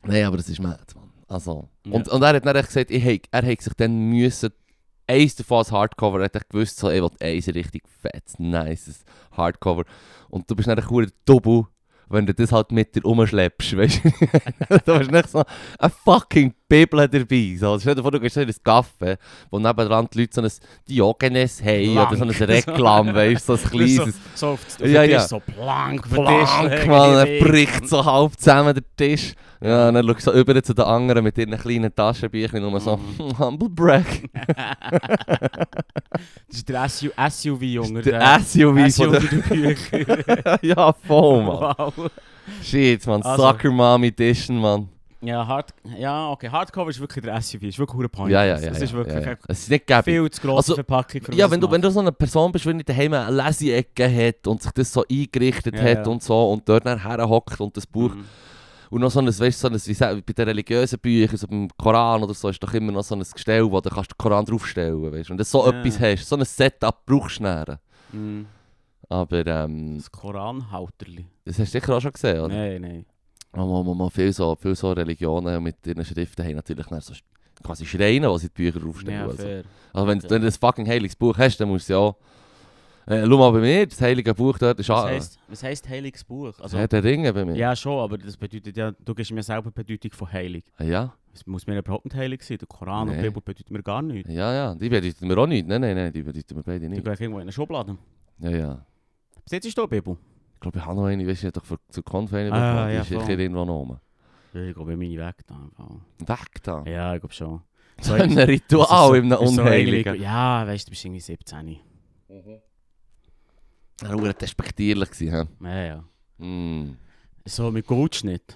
Speaker 2: Nein, aber das ist mad, Mann. Also,
Speaker 1: Ja.
Speaker 2: und, und er hat dann echt gesagt, ich hab, er hätte sich dann müssen, eins davon als Hardcover, er hat echt gewusst, so, ich will eins richtig fettes, nices Hardcover. Und du bist dann echt verdammt doppel, wenn du das halt mit dir rumschleppst, weißt du? du *laughs* hast nicht so eine fucking Bibel dabei. So, stell dir vor, du gehst so in ein Café, wo nebenan die Leute so ein Diogenes haben oder so ein
Speaker 1: Plank. *laughs*
Speaker 2: Reklam, weißt du, so
Speaker 1: Weißt
Speaker 2: ein
Speaker 1: du,
Speaker 2: kleines.
Speaker 1: So, so auf, auf ja,
Speaker 2: Ja,
Speaker 1: den Tisch,
Speaker 2: ja.
Speaker 1: so plank, auf den Tisch
Speaker 2: Plank,
Speaker 1: legen,
Speaker 2: man, er
Speaker 1: die
Speaker 2: bricht so halb zusammen der Tisch. Ja, und dann schaust du so über zu den anderen mit ihren kleinen Taschenbüchern und so,
Speaker 1: Mhm.
Speaker 2: *laughs* humble brag.
Speaker 1: Das ist der SU SUV, Junge.
Speaker 2: Der SUV von
Speaker 1: SUV
Speaker 2: der... *laughs* Oh,
Speaker 1: der Bücher.
Speaker 2: ja,
Speaker 1: *laughs*
Speaker 2: voll, man.
Speaker 1: Wow.
Speaker 2: Shit, man,
Speaker 1: Also.
Speaker 2: Soccer Mom Edition, man.
Speaker 1: Ja, hard, ja, okay. Hardcover ist wirklich der SUV. Ist wirklich hure Point.
Speaker 2: Ja, ja, ja.
Speaker 1: Das ist
Speaker 2: ja,
Speaker 1: wirklich
Speaker 2: ja, ja.
Speaker 1: eine
Speaker 2: Es ist nicht gäbig.
Speaker 1: viel zu grosse
Speaker 2: Also,
Speaker 1: Verpackung für
Speaker 2: Ja,
Speaker 1: was
Speaker 2: wenn
Speaker 1: es
Speaker 2: du, wenn
Speaker 1: macht.
Speaker 2: du so eine Person bist, die nicht daheim eine Leseecke hat und sich das so eingerichtet
Speaker 1: Ja, ja.
Speaker 2: hat und so und dort dann herhockt und das Buch
Speaker 1: Mhm.
Speaker 2: und noch so ein, weißt, so ein, wie sa- bei den religiösen Büchern, so beim Koran oder so, ist doch immer noch so ein Gestell, wo du kannst den Koran draufstellen kannst. Wenn du so
Speaker 1: Ja.
Speaker 2: etwas hast, so ein Setup brauchst du dann.
Speaker 1: Mhm.
Speaker 2: Aber ähm,
Speaker 1: Das Koranhalterli.
Speaker 2: das hast du sicher auch schon gesehen, oder?
Speaker 1: Nein, nein.
Speaker 2: Ja. Man, man, man, viel, so, viel so Religionen mit ihren Schriften haben natürlich dann so sch- quasi Schreine, die sie die Bücher draufstellen.
Speaker 1: Ja,
Speaker 2: also.
Speaker 1: fair.
Speaker 2: Also wenn,
Speaker 1: Ja.
Speaker 2: wenn du ein fucking heiliges Buch hast, dann musst du ja auch... Äh, schau mal bei mir, das heilige Buch dort ist
Speaker 1: Was
Speaker 2: an.
Speaker 1: heisst, was heisst heiliges Buch? Also,
Speaker 2: Herr der Ringe bei mir.
Speaker 1: ja, schon, aber das bedeutet ja, du gibst mir selber die Bedeutung von heilig.
Speaker 2: Ah, ja,
Speaker 1: Es muss mir überhaupt nicht heilig sein. Der Koran und
Speaker 2: Nee.
Speaker 1: die Bibel bedeuten mir gar nichts.
Speaker 2: ja, ja. Die bedeuten mir auch nicht. Nein, nein, nein, die bedeuten mir beide
Speaker 1: Die
Speaker 2: nicht.
Speaker 1: gehen irgendwo in eine Schublade.
Speaker 2: Ja, ja.
Speaker 1: Besitzt du eine Bibel?
Speaker 2: Ich glaube, ich habe noch eine, weißt du, ich habe doch für, zur Konf eine
Speaker 1: Ah,
Speaker 2: bekommen.
Speaker 1: ja,
Speaker 2: die ist
Speaker 1: voll.
Speaker 2: sicher irgendwo noch oben.
Speaker 1: Ja, ich glaube, meine weg da. im Fall.
Speaker 2: Weg da.
Speaker 1: Ja, ich glaube schon.
Speaker 2: So ein *laughs*
Speaker 1: Das ist so-
Speaker 2: Ritual in einem
Speaker 1: ist so
Speaker 2: Unheiligen.
Speaker 1: eigentlich- ja, weißt du, du bist irgendwie 17.
Speaker 2: Er war respektierlich. gewesen,
Speaker 1: Ja, ja.
Speaker 2: hä? Mm.
Speaker 1: So mit Goldschnitt.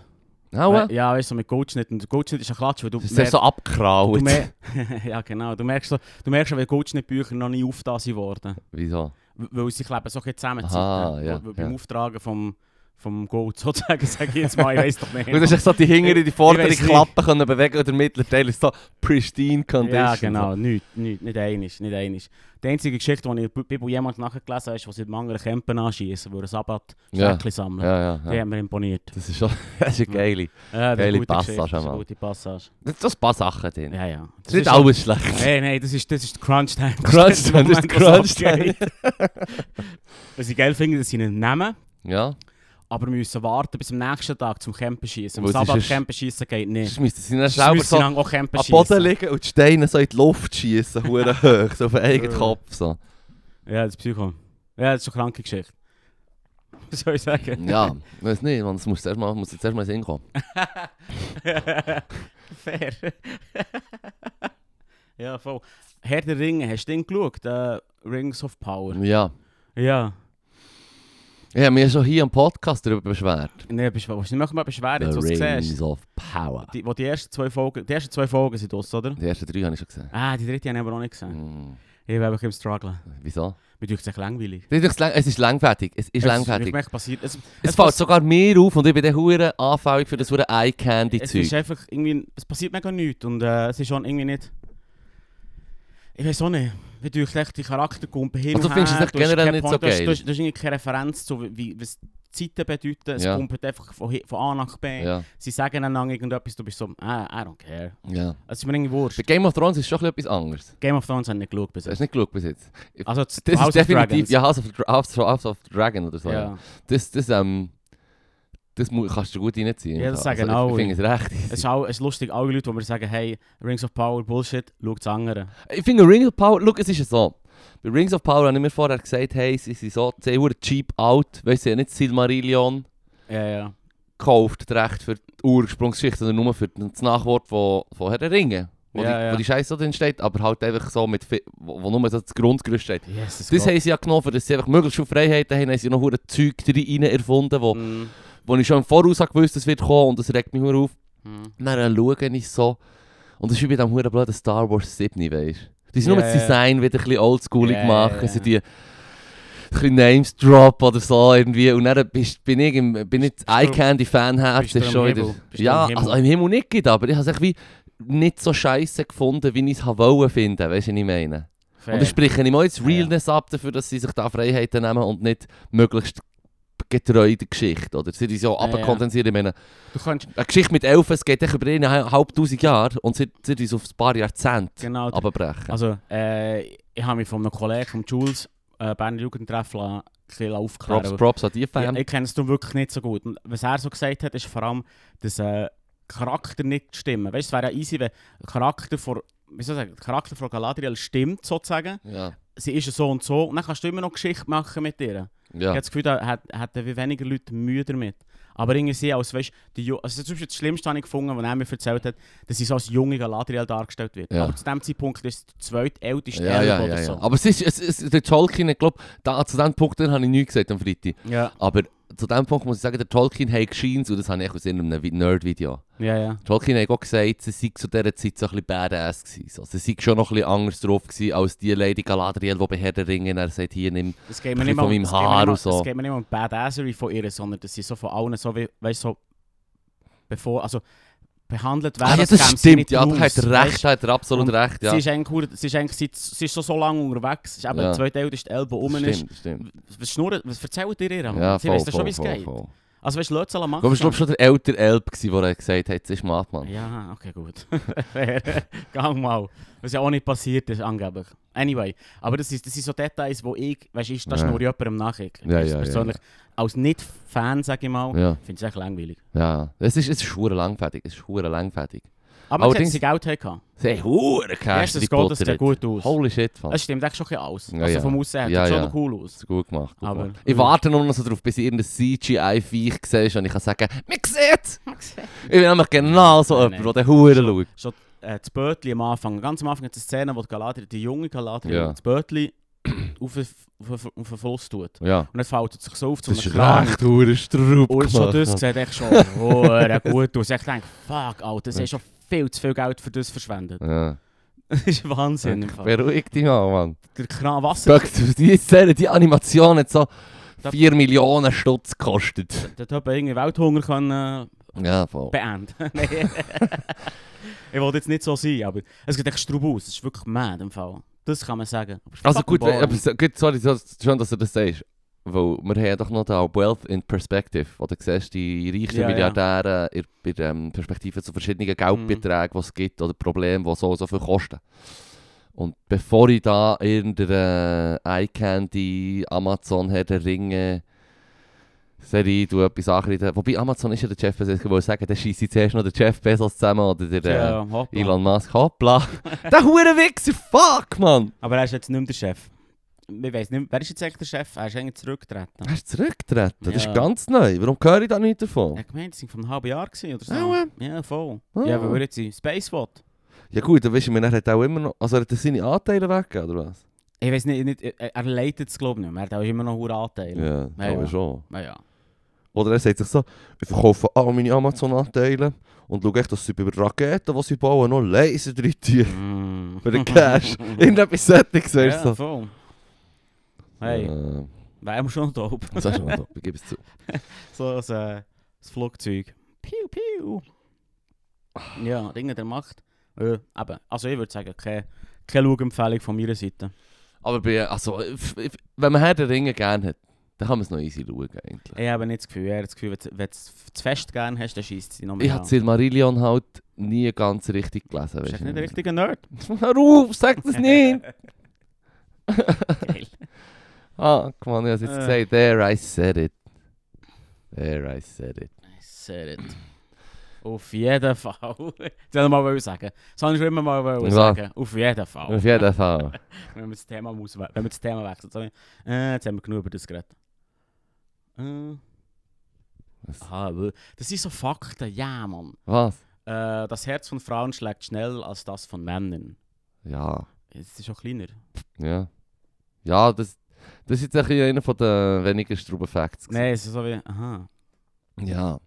Speaker 2: Aua.
Speaker 1: We- Ja, weißt du, so mit Goldschnitt. Und Goldschnitt ist ein Klatsch, weil du.
Speaker 2: Das ist sehr so
Speaker 1: du
Speaker 2: abgekraut.
Speaker 1: mer *laughs* ja, genau. Du merkst, so, du merkst schon, wie Goldschnittbücher noch nie aufgetan sind worden.
Speaker 2: Wieso?
Speaker 1: W- Weil sie kleben so ein bisschen zusammen. die
Speaker 2: Aha,
Speaker 1: Seiten.
Speaker 2: ja,
Speaker 1: Weil- weil Beim
Speaker 2: ja.
Speaker 1: Auftragen vom, vom Gold *laughs* sozusagen, sage ich jetzt mal, ich weiß doch nicht.
Speaker 2: Du hast echt so die hinteren, die vordere
Speaker 1: weiss nicht.
Speaker 2: Klappe können bewegen und der mittlere Teil ist so pristine condition.
Speaker 1: Ja, genau, nichts, nichts, nicht einig, nicht einig. Die einzige Geschichte, die ich in der Bibel jemand nachgelesen habe, ist, was sie dem anderen Campen anschießen, wo er Sabbat
Speaker 2: Ja.
Speaker 1: Säckchen sammeln.
Speaker 2: Ja, ja,
Speaker 1: Die
Speaker 2: ja.
Speaker 1: haben mir imponiert.
Speaker 2: Das ist schon *laughs* das ist eine geile.
Speaker 1: Ja, das ist
Speaker 2: Geile
Speaker 1: eine gute Geschichte,
Speaker 2: Passage,
Speaker 1: das ist eine
Speaker 2: Mann.
Speaker 1: gute Passage.
Speaker 2: Das sind ein paar Sachen drin.
Speaker 1: Ja, ja.
Speaker 2: Es ist nicht
Speaker 1: auch
Speaker 2: alles schlecht.
Speaker 1: Nein, nein, das ist, das ist die
Speaker 2: *laughs*
Speaker 1: Crunch-Time. *laughs*
Speaker 2: Crunch-Time, das ist die Crunch-Time.
Speaker 1: Was ich geil finde, dass sie ihn nehmen,
Speaker 2: Ja,
Speaker 1: aber müssen warten bis am nächsten Tag zum Campen schießen. Am
Speaker 2: Weil es ist-
Speaker 1: Sabbat Campen schießen geht nicht.
Speaker 2: das müssen sie dann
Speaker 1: Sonst
Speaker 2: selber
Speaker 1: müssen
Speaker 2: so
Speaker 1: sie
Speaker 2: am
Speaker 1: dann auch Campen
Speaker 2: Boden
Speaker 1: schießen.
Speaker 2: liegen und die Steine so in die Luft schießen,
Speaker 1: *laughs*
Speaker 2: hure hoch, so auf den eigenen
Speaker 1: Ja.
Speaker 2: Kopf. So.
Speaker 1: Ja, das ist Psycho. Ja, das ist eine kranke Geschichte. *laughs* Was soll ich sagen?
Speaker 2: Ja, weiß nicht, man, das muss zuerst mal, muss zuerst mal in den Sinn kommen.
Speaker 1: *laughs* Fair. ja, voll. Herr der Ringe, hast du den geschaut? Äh, Rings of Power.
Speaker 2: Ja,
Speaker 1: Ja.
Speaker 2: ich habe mich schon hier im Podcast darüber beschwert.
Speaker 1: Nein, bist du nicht mal beschwert, jetzt, was du siehst.
Speaker 2: Rings of Power.
Speaker 1: Die, wo die, ersten zwei Folgen, die ersten zwei Folgen sind aus, oder?
Speaker 2: Die ersten drei habe ich schon gesehen.
Speaker 1: Ah, die dritte habe ich aber noch nicht gesehen.
Speaker 2: Mm,
Speaker 1: Ich bin einfach im Strugglen.
Speaker 2: wieso?
Speaker 1: Mir tut es echt langweilig.
Speaker 2: Das ist lang- Es ist langfertig, es ist
Speaker 1: Es ist
Speaker 2: langfertig.
Speaker 1: mir echt passiert. Es,
Speaker 2: Es fällt sogar mir auf und ich bin der hure anfällig für das hure Eye Candy
Speaker 1: es ist
Speaker 2: Zeug.
Speaker 1: einfach irgendwie, es passiert mega nichts und äh, es ist schon irgendwie nicht... Ich weiß auch nicht. Wie durch echt die Charaktergumpen hin
Speaker 2: Also
Speaker 1: und
Speaker 2: findest du
Speaker 1: her,
Speaker 2: es echt
Speaker 1: hast
Speaker 2: generell
Speaker 1: keine
Speaker 2: nicht so
Speaker 1: Pointe, du hast-
Speaker 2: geil?
Speaker 1: Du hast, du hast irgendwie keine Referenz zu, wie- wie, was die Zeiten bedeuten. Es
Speaker 2: Ja.
Speaker 1: kumpelt einfach von, hi- von A nach B.
Speaker 2: Ja,
Speaker 1: Sie sagen dann irgendetwas, du bist so, ah, I don't care.
Speaker 2: ja.
Speaker 1: Es ist mir irgendwie wurscht.
Speaker 2: Bei Game of Thrones ist schon ein bisschen etwas anderes.
Speaker 1: Game of Thrones habe ich nicht geschaut bis
Speaker 2: Hast
Speaker 1: jetzt.
Speaker 2: du nicht geschaut bis jetzt?
Speaker 1: Also das
Speaker 2: Das
Speaker 1: dus. House
Speaker 2: ist
Speaker 1: of
Speaker 2: definitiv,
Speaker 1: Dragons.
Speaker 2: ja, House of, Dra- House of, House of Dragon oder so. Ja.
Speaker 1: ja.
Speaker 2: Das, das, ähm, das mu- kannst du gut reinziehen.
Speaker 1: Ja, das
Speaker 2: Also,
Speaker 1: sagen
Speaker 2: Ich
Speaker 1: alle.
Speaker 2: finde es recht.
Speaker 1: Es ist, auch, es ist lustig, alle Leute, die mir sagen, hey, Rings of Power, Bullshit, schaut das andere.
Speaker 2: Ich finde Rings of Power, look, es ist ja so. Bei Rings of Power habe ich mir vorher gesagt, hey, sie sind so, sie sind cheap out. Weißt du, sie haben nicht Silmarillion
Speaker 1: Ja, ja.
Speaker 2: gekauft, das Recht für die Ursprungsgeschichte, sondern nur für das Nachwort von, von Herr der Ringe. wo,
Speaker 1: Ja,
Speaker 2: die,
Speaker 1: ja.
Speaker 2: wo die Scheiße drin steht, aber halt einfach so mit, viel- wo, wo nur so das Grundgerüst steht.
Speaker 1: Jesus
Speaker 2: Das haben sie ja genommen, dass sie einfach möglichst viel Freiheiten haben, haben sie noch hure Zeug rein erfunden, wo,
Speaker 1: Mhm.
Speaker 2: wo ich schon im Voraus habe gewusst das wird kommen und das regt mich hure auf.
Speaker 1: Mhm.
Speaker 2: Und dann schaue ich so, und das ist wie bei diesem hure blöden Star Wars 7, weißt du. Die sind nur
Speaker 1: Ja,
Speaker 2: das
Speaker 1: ja.
Speaker 2: Design wieder ein bisschen oldschoolig
Speaker 1: Ja, ja,
Speaker 2: gemacht,
Speaker 1: ja.
Speaker 2: also die... Ein bisschen Names drop oder so irgendwie und dann bist, bin ich, im, bin ich
Speaker 1: du-
Speaker 2: Eye-Candy-Fan-Herz,
Speaker 1: bist du
Speaker 2: das ist
Speaker 1: im
Speaker 2: schon
Speaker 1: Himmel?
Speaker 2: wieder...
Speaker 1: Bist du
Speaker 2: Ja,
Speaker 1: im Himmel?
Speaker 2: also im Himmel nicht, geht, aber ich habe es echt wie nicht so scheiße gefunden, wie ich es wollte finden, weißt du, was ich meine?
Speaker 1: Fair.
Speaker 2: Und dann spreche ich mal jetzt
Speaker 1: Ja, ja.
Speaker 2: Realness ab, dafür, dass sie sich da Freiheiten nehmen und nicht möglichst getreu der Geschichte. Oder? Sie sind so
Speaker 1: Ja, ja.
Speaker 2: abkondensiert. Ich meine,
Speaker 1: Du kannst,
Speaker 2: eine Geschichte mit Elfen, es geht echt über eineinhalb tausend Jahre und sie sie sind so auf ein paar Jahrzehnte
Speaker 1: genau,
Speaker 2: abbrechen.
Speaker 1: Also, äh, ich habe mich von einem Kollegen, von Jules, äh, Berner Jugendtreff, lassen, ein bisschen aufgeklärt.
Speaker 2: Props, Props an die
Speaker 1: Ja,
Speaker 2: Fan.
Speaker 1: ich kenne es darum wirklich nicht so gut. Und was er so gesagt hat, ist vor allem, dass äh, Charakter nicht stimmen. Weißt du, es wäre ja easy, wenn der Charakter von, wie soll ich sagen, der Charakter von Galadriel stimmt, sozusagen.
Speaker 2: Ja,
Speaker 1: Sie ist ja so und so. Und dann kannst du immer noch Geschichte machen mit ihr. Ich habe
Speaker 2: ja.
Speaker 1: das Gefühl, da hat, hat wie weniger Leute Mühe damit. Aber irgendwie sie als, weißt die Ju also zum Beispiel das Schlimmste habe ich gefunden, was er mir erzählt hat, dass sie so als junge Galadriel dargestellt wird.
Speaker 2: Ja.
Speaker 1: Aber zu dem Zeitpunkt ist sie die zweitälteste
Speaker 2: Ja,
Speaker 1: Elbe
Speaker 2: ja,
Speaker 1: oder
Speaker 2: ja,
Speaker 1: so.
Speaker 2: ja. Aber es ist, es ist, der Tolkien, ich glaube, da, zu diesem Punkt habe ich nichts gesagt am Freitag.
Speaker 1: Ja,
Speaker 2: Aber zu diesem Punkt muss ich sagen, der Tolkien hat geschehen, und das habe ich aus irgendeinem Vi- Nerd-Video.
Speaker 1: ja, ja.
Speaker 2: Tolkien hat auch gesagt, sie sei zu dieser Zeit so ein bisschen badass gewesen. So, sie sei schon noch ein bisschen anders drauf gewesen als die Lady Galadriel, die bei Herr der Ringe er sagt, hier nimm.
Speaker 1: Es geht mir
Speaker 2: Ein
Speaker 1: nicht
Speaker 2: bisschen
Speaker 1: mal
Speaker 2: von meinem
Speaker 1: es geht mir
Speaker 2: Haar
Speaker 1: nicht mal-
Speaker 2: und so.
Speaker 1: Es geht mir nicht mal um die Badassery von ihr, sondern dass sie so von allen so, wie, weißt, so bevor, also behandelt werden.
Speaker 2: Ah, ja,
Speaker 1: als
Speaker 2: das
Speaker 1: kämen sie
Speaker 2: stimmt,
Speaker 1: nicht
Speaker 2: ja, da hat
Speaker 1: raus,
Speaker 2: er
Speaker 1: weißt.
Speaker 2: recht, da hat er absolut
Speaker 1: Und
Speaker 2: recht, ja.
Speaker 1: Sie ist eigentlich, hure- sie ist eigentlich seit, sie ist schon so lange unterwegs, ist eben
Speaker 2: Ja.
Speaker 1: die zweitälteste Elbe, die rum ist.
Speaker 2: stimmt, stimmt.
Speaker 1: Was, schnurren, was erzählt ihr ihr?
Speaker 2: Ja,
Speaker 1: sie
Speaker 2: voll,
Speaker 1: weiss doch schon,
Speaker 2: voll,
Speaker 1: wie es
Speaker 2: voll,
Speaker 1: geht.
Speaker 2: voll.
Speaker 1: Also weißt du, lass es alle
Speaker 2: Ich
Speaker 1: machen.
Speaker 2: glaube, es war glaub, schon der ältere Elb, gewesen, der er gesagt hat, es ist Matmann.
Speaker 1: Ja, okay, gut. *laughs* Fair. Gang mal. Was ja auch nicht passiert ist, angeblich. Anyway, aber das, ist, das sind so Details, wo ich, weißt du, da
Speaker 2: Ja.
Speaker 1: schnurre ich jemandem nachher.
Speaker 2: Ja, ja, ja,
Speaker 1: persönlich, als Nicht-Fan, sage ich mal,
Speaker 2: Ja,
Speaker 1: finde ich es echt langweilig.
Speaker 2: ja. Es ist, es ist hure langfertig, es ist hure langfertig.
Speaker 1: Aber man sieht,
Speaker 2: Allerdings-
Speaker 1: dass sie Geld hatten.
Speaker 2: Sie haben hure Cash
Speaker 1: Erstens geht das sehr
Speaker 2: gebuttert.
Speaker 1: gut aus.
Speaker 2: Holy shit, Mann.
Speaker 1: Das stimmt echt schon ein bisschen aus.
Speaker 2: Ja,
Speaker 1: also
Speaker 2: ja.
Speaker 1: vom Aussehen
Speaker 2: Ja,
Speaker 1: sieht schon
Speaker 2: ja.
Speaker 1: noch cool aus.
Speaker 2: Das ist gut gemacht. Gut
Speaker 1: Aber-
Speaker 2: gemacht. Ich warte nur noch so darauf, bis ich irgendein CGI-Viech sehe und ich kann sagen, «Man sieht's!» Ich bin nämlich genau so
Speaker 1: Nein,
Speaker 2: jemand, der den Huren schaut.
Speaker 1: Schon äh, das Bötli am Anfang, ganz am Anfang hat es eine Szene, wo die, Galadriel, die junge Galadriel
Speaker 2: Ja.
Speaker 1: das Bötli *clears throat* auf, den- auf, den- auf den Fluss tut.
Speaker 2: Ja.
Speaker 1: Und dann fällt es sich so auf zu
Speaker 2: Das
Speaker 1: einem
Speaker 2: ist
Speaker 1: Kran.
Speaker 2: recht Hurenstrub
Speaker 1: Und schon das
Speaker 2: gemacht.
Speaker 1: sieht
Speaker 2: *laughs*
Speaker 1: echt schon hure gut aus. Ich denke, fuck, Alter, das ist schon viel zu viel Geld für das verschwendet.
Speaker 2: Ja.
Speaker 1: *laughs* Das ist Wahnsinn. im Fall.
Speaker 2: Beruhig dich mal, Mann.
Speaker 1: Der Kran Wasser,
Speaker 2: Fuck, du, die Serie, die Animation hat so
Speaker 1: Da-
Speaker 2: 4 Millionen Stutz gekostet.
Speaker 1: dort hat man irgendwie Welthunger können, äh,
Speaker 2: Ja, voll.
Speaker 1: beenden *laughs*
Speaker 2: *laughs*
Speaker 1: Nein. Ich wollte jetzt nicht so sein, aber es geht echt strub aus. Es ist wirklich mad im Fall. Das kann man sagen. Aber es ist
Speaker 2: Also
Speaker 1: fucking
Speaker 2: gut,
Speaker 1: boring.
Speaker 2: aber, so- gut sorry, so, schön, dass du das sagst. Weil wir haben ja doch noch da Wealth in Perspective, wo du siehst, die reichsten
Speaker 1: Ja, Mhm. ja.
Speaker 2: Milliardäre in, in ähm, Perspektive zu verschiedenen Geldbeträgen, die es gibt, oder Probleme, die so und so viel kosten. Und bevor ich da irgendeine Eye Candy, Amazon, Herr der Ringe, Serie, du etwas anreden, wobei Amazon ist ja der Jeff Bezos, ich wollte sagen, dann schießt zuerst noch der Jeff Bezos zusammen oder der äh,
Speaker 1: ja, hoppla.
Speaker 2: Elon Musk, hoppla.
Speaker 1: *laughs*
Speaker 2: der Hurenwichser, fuck, Mann!
Speaker 1: Aber er ist jetzt nicht mehr der Chef. Ich weiss nicht, mehr- wer ist jetzt eigentlich der Chef? Er ist eigentlich zurückgetreten.
Speaker 2: Er ist zurückgetreten, das
Speaker 1: Ja.
Speaker 2: ist ganz neu. Warum höre ich da nichts davon?
Speaker 1: Ich meine, das war vor einem halben Jahr gewesen oder so.
Speaker 2: Ah,
Speaker 1: Ja, voll.
Speaker 2: Ah.
Speaker 1: Ja, weil er jetzt in Space will.
Speaker 2: Ja gut, dann weißt du, er hat auch immer noch... Also er hat er seine Anteile weg, oder was?
Speaker 1: Ich weiß nicht, nicht er, er leitet es glaube ich nicht mehr. Er hat auch immer noch hohe Anteile.
Speaker 2: Ja,
Speaker 1: Ja,
Speaker 2: aber
Speaker 1: ja.
Speaker 2: schon.
Speaker 1: Ja. Ja.
Speaker 2: Oder er sagt sich so, ich verkaufe all meine Amazon-Anteile und schaue echt, dass sie bei den Raketen, die sie bauen, noch Laser drin *laughs* tun.
Speaker 1: Mm.
Speaker 2: Für
Speaker 1: *laughs*
Speaker 2: den Cash. Irgendetwas Sättiges, weißt du.
Speaker 1: ja,
Speaker 2: so.
Speaker 1: voll. Hey,
Speaker 2: Äh,
Speaker 1: wären wir schon taub.
Speaker 2: das ist schon so, ich gebe es *laughs* zu.
Speaker 1: So das, äh, das Flugzeug. Piu, piu. Ja, Dinge der Macht. Ja, eben. Also ich würde sagen, keine, keine Schauempfehlung von meiner Seite.
Speaker 2: Aber bei, also, f- f- wenn man Herr der Ringe gerne hat, dann kann man es noch easy schauen eigentlich.
Speaker 1: Ich habe nicht das Gefühl, ich habe das Gefühl, wenn du- wenn du es f- zu fest gerne hast, dann schießt sie noch mehr
Speaker 2: Ich
Speaker 1: an.
Speaker 2: habe Silmarillion halt nie ganz richtig gelesen,
Speaker 1: Du bist
Speaker 2: weißt
Speaker 1: echt nicht der richtige Nerd.
Speaker 2: *laughs* Hör auf, sag das nicht!
Speaker 1: *laughs* Geil.
Speaker 2: Ah, come on, ich hab's jetzt
Speaker 1: Äh.
Speaker 2: gesagt. There I said it. There I said it.
Speaker 1: I said it. Auf jeden Fall. Das wollte ich mal sagen. Das wollte ich schon immer mal wollen
Speaker 2: Ja.
Speaker 1: sagen. Auf jeden Fall.
Speaker 2: Auf jeden Fall.
Speaker 1: *laughs* Wenn wir das Thema, muss, wenn wir das Thema wechseln. Sorry. Äh, jetzt haben wir genug über das geredet. Äh.
Speaker 2: Was?
Speaker 1: Ah, Aha, aber das sind so Fakten. Ja, Mann.
Speaker 2: Was?
Speaker 1: Äh, das Herz von Frauen schlägt schnell als das von Männern.
Speaker 2: Ja,
Speaker 1: Es ist auch kleiner.
Speaker 2: ja. Ja, das, das ist jetzt ein bisschen einer von den weniger struben Facts. gewesen.
Speaker 1: Nein, es ist so wie, aha.
Speaker 2: Ja.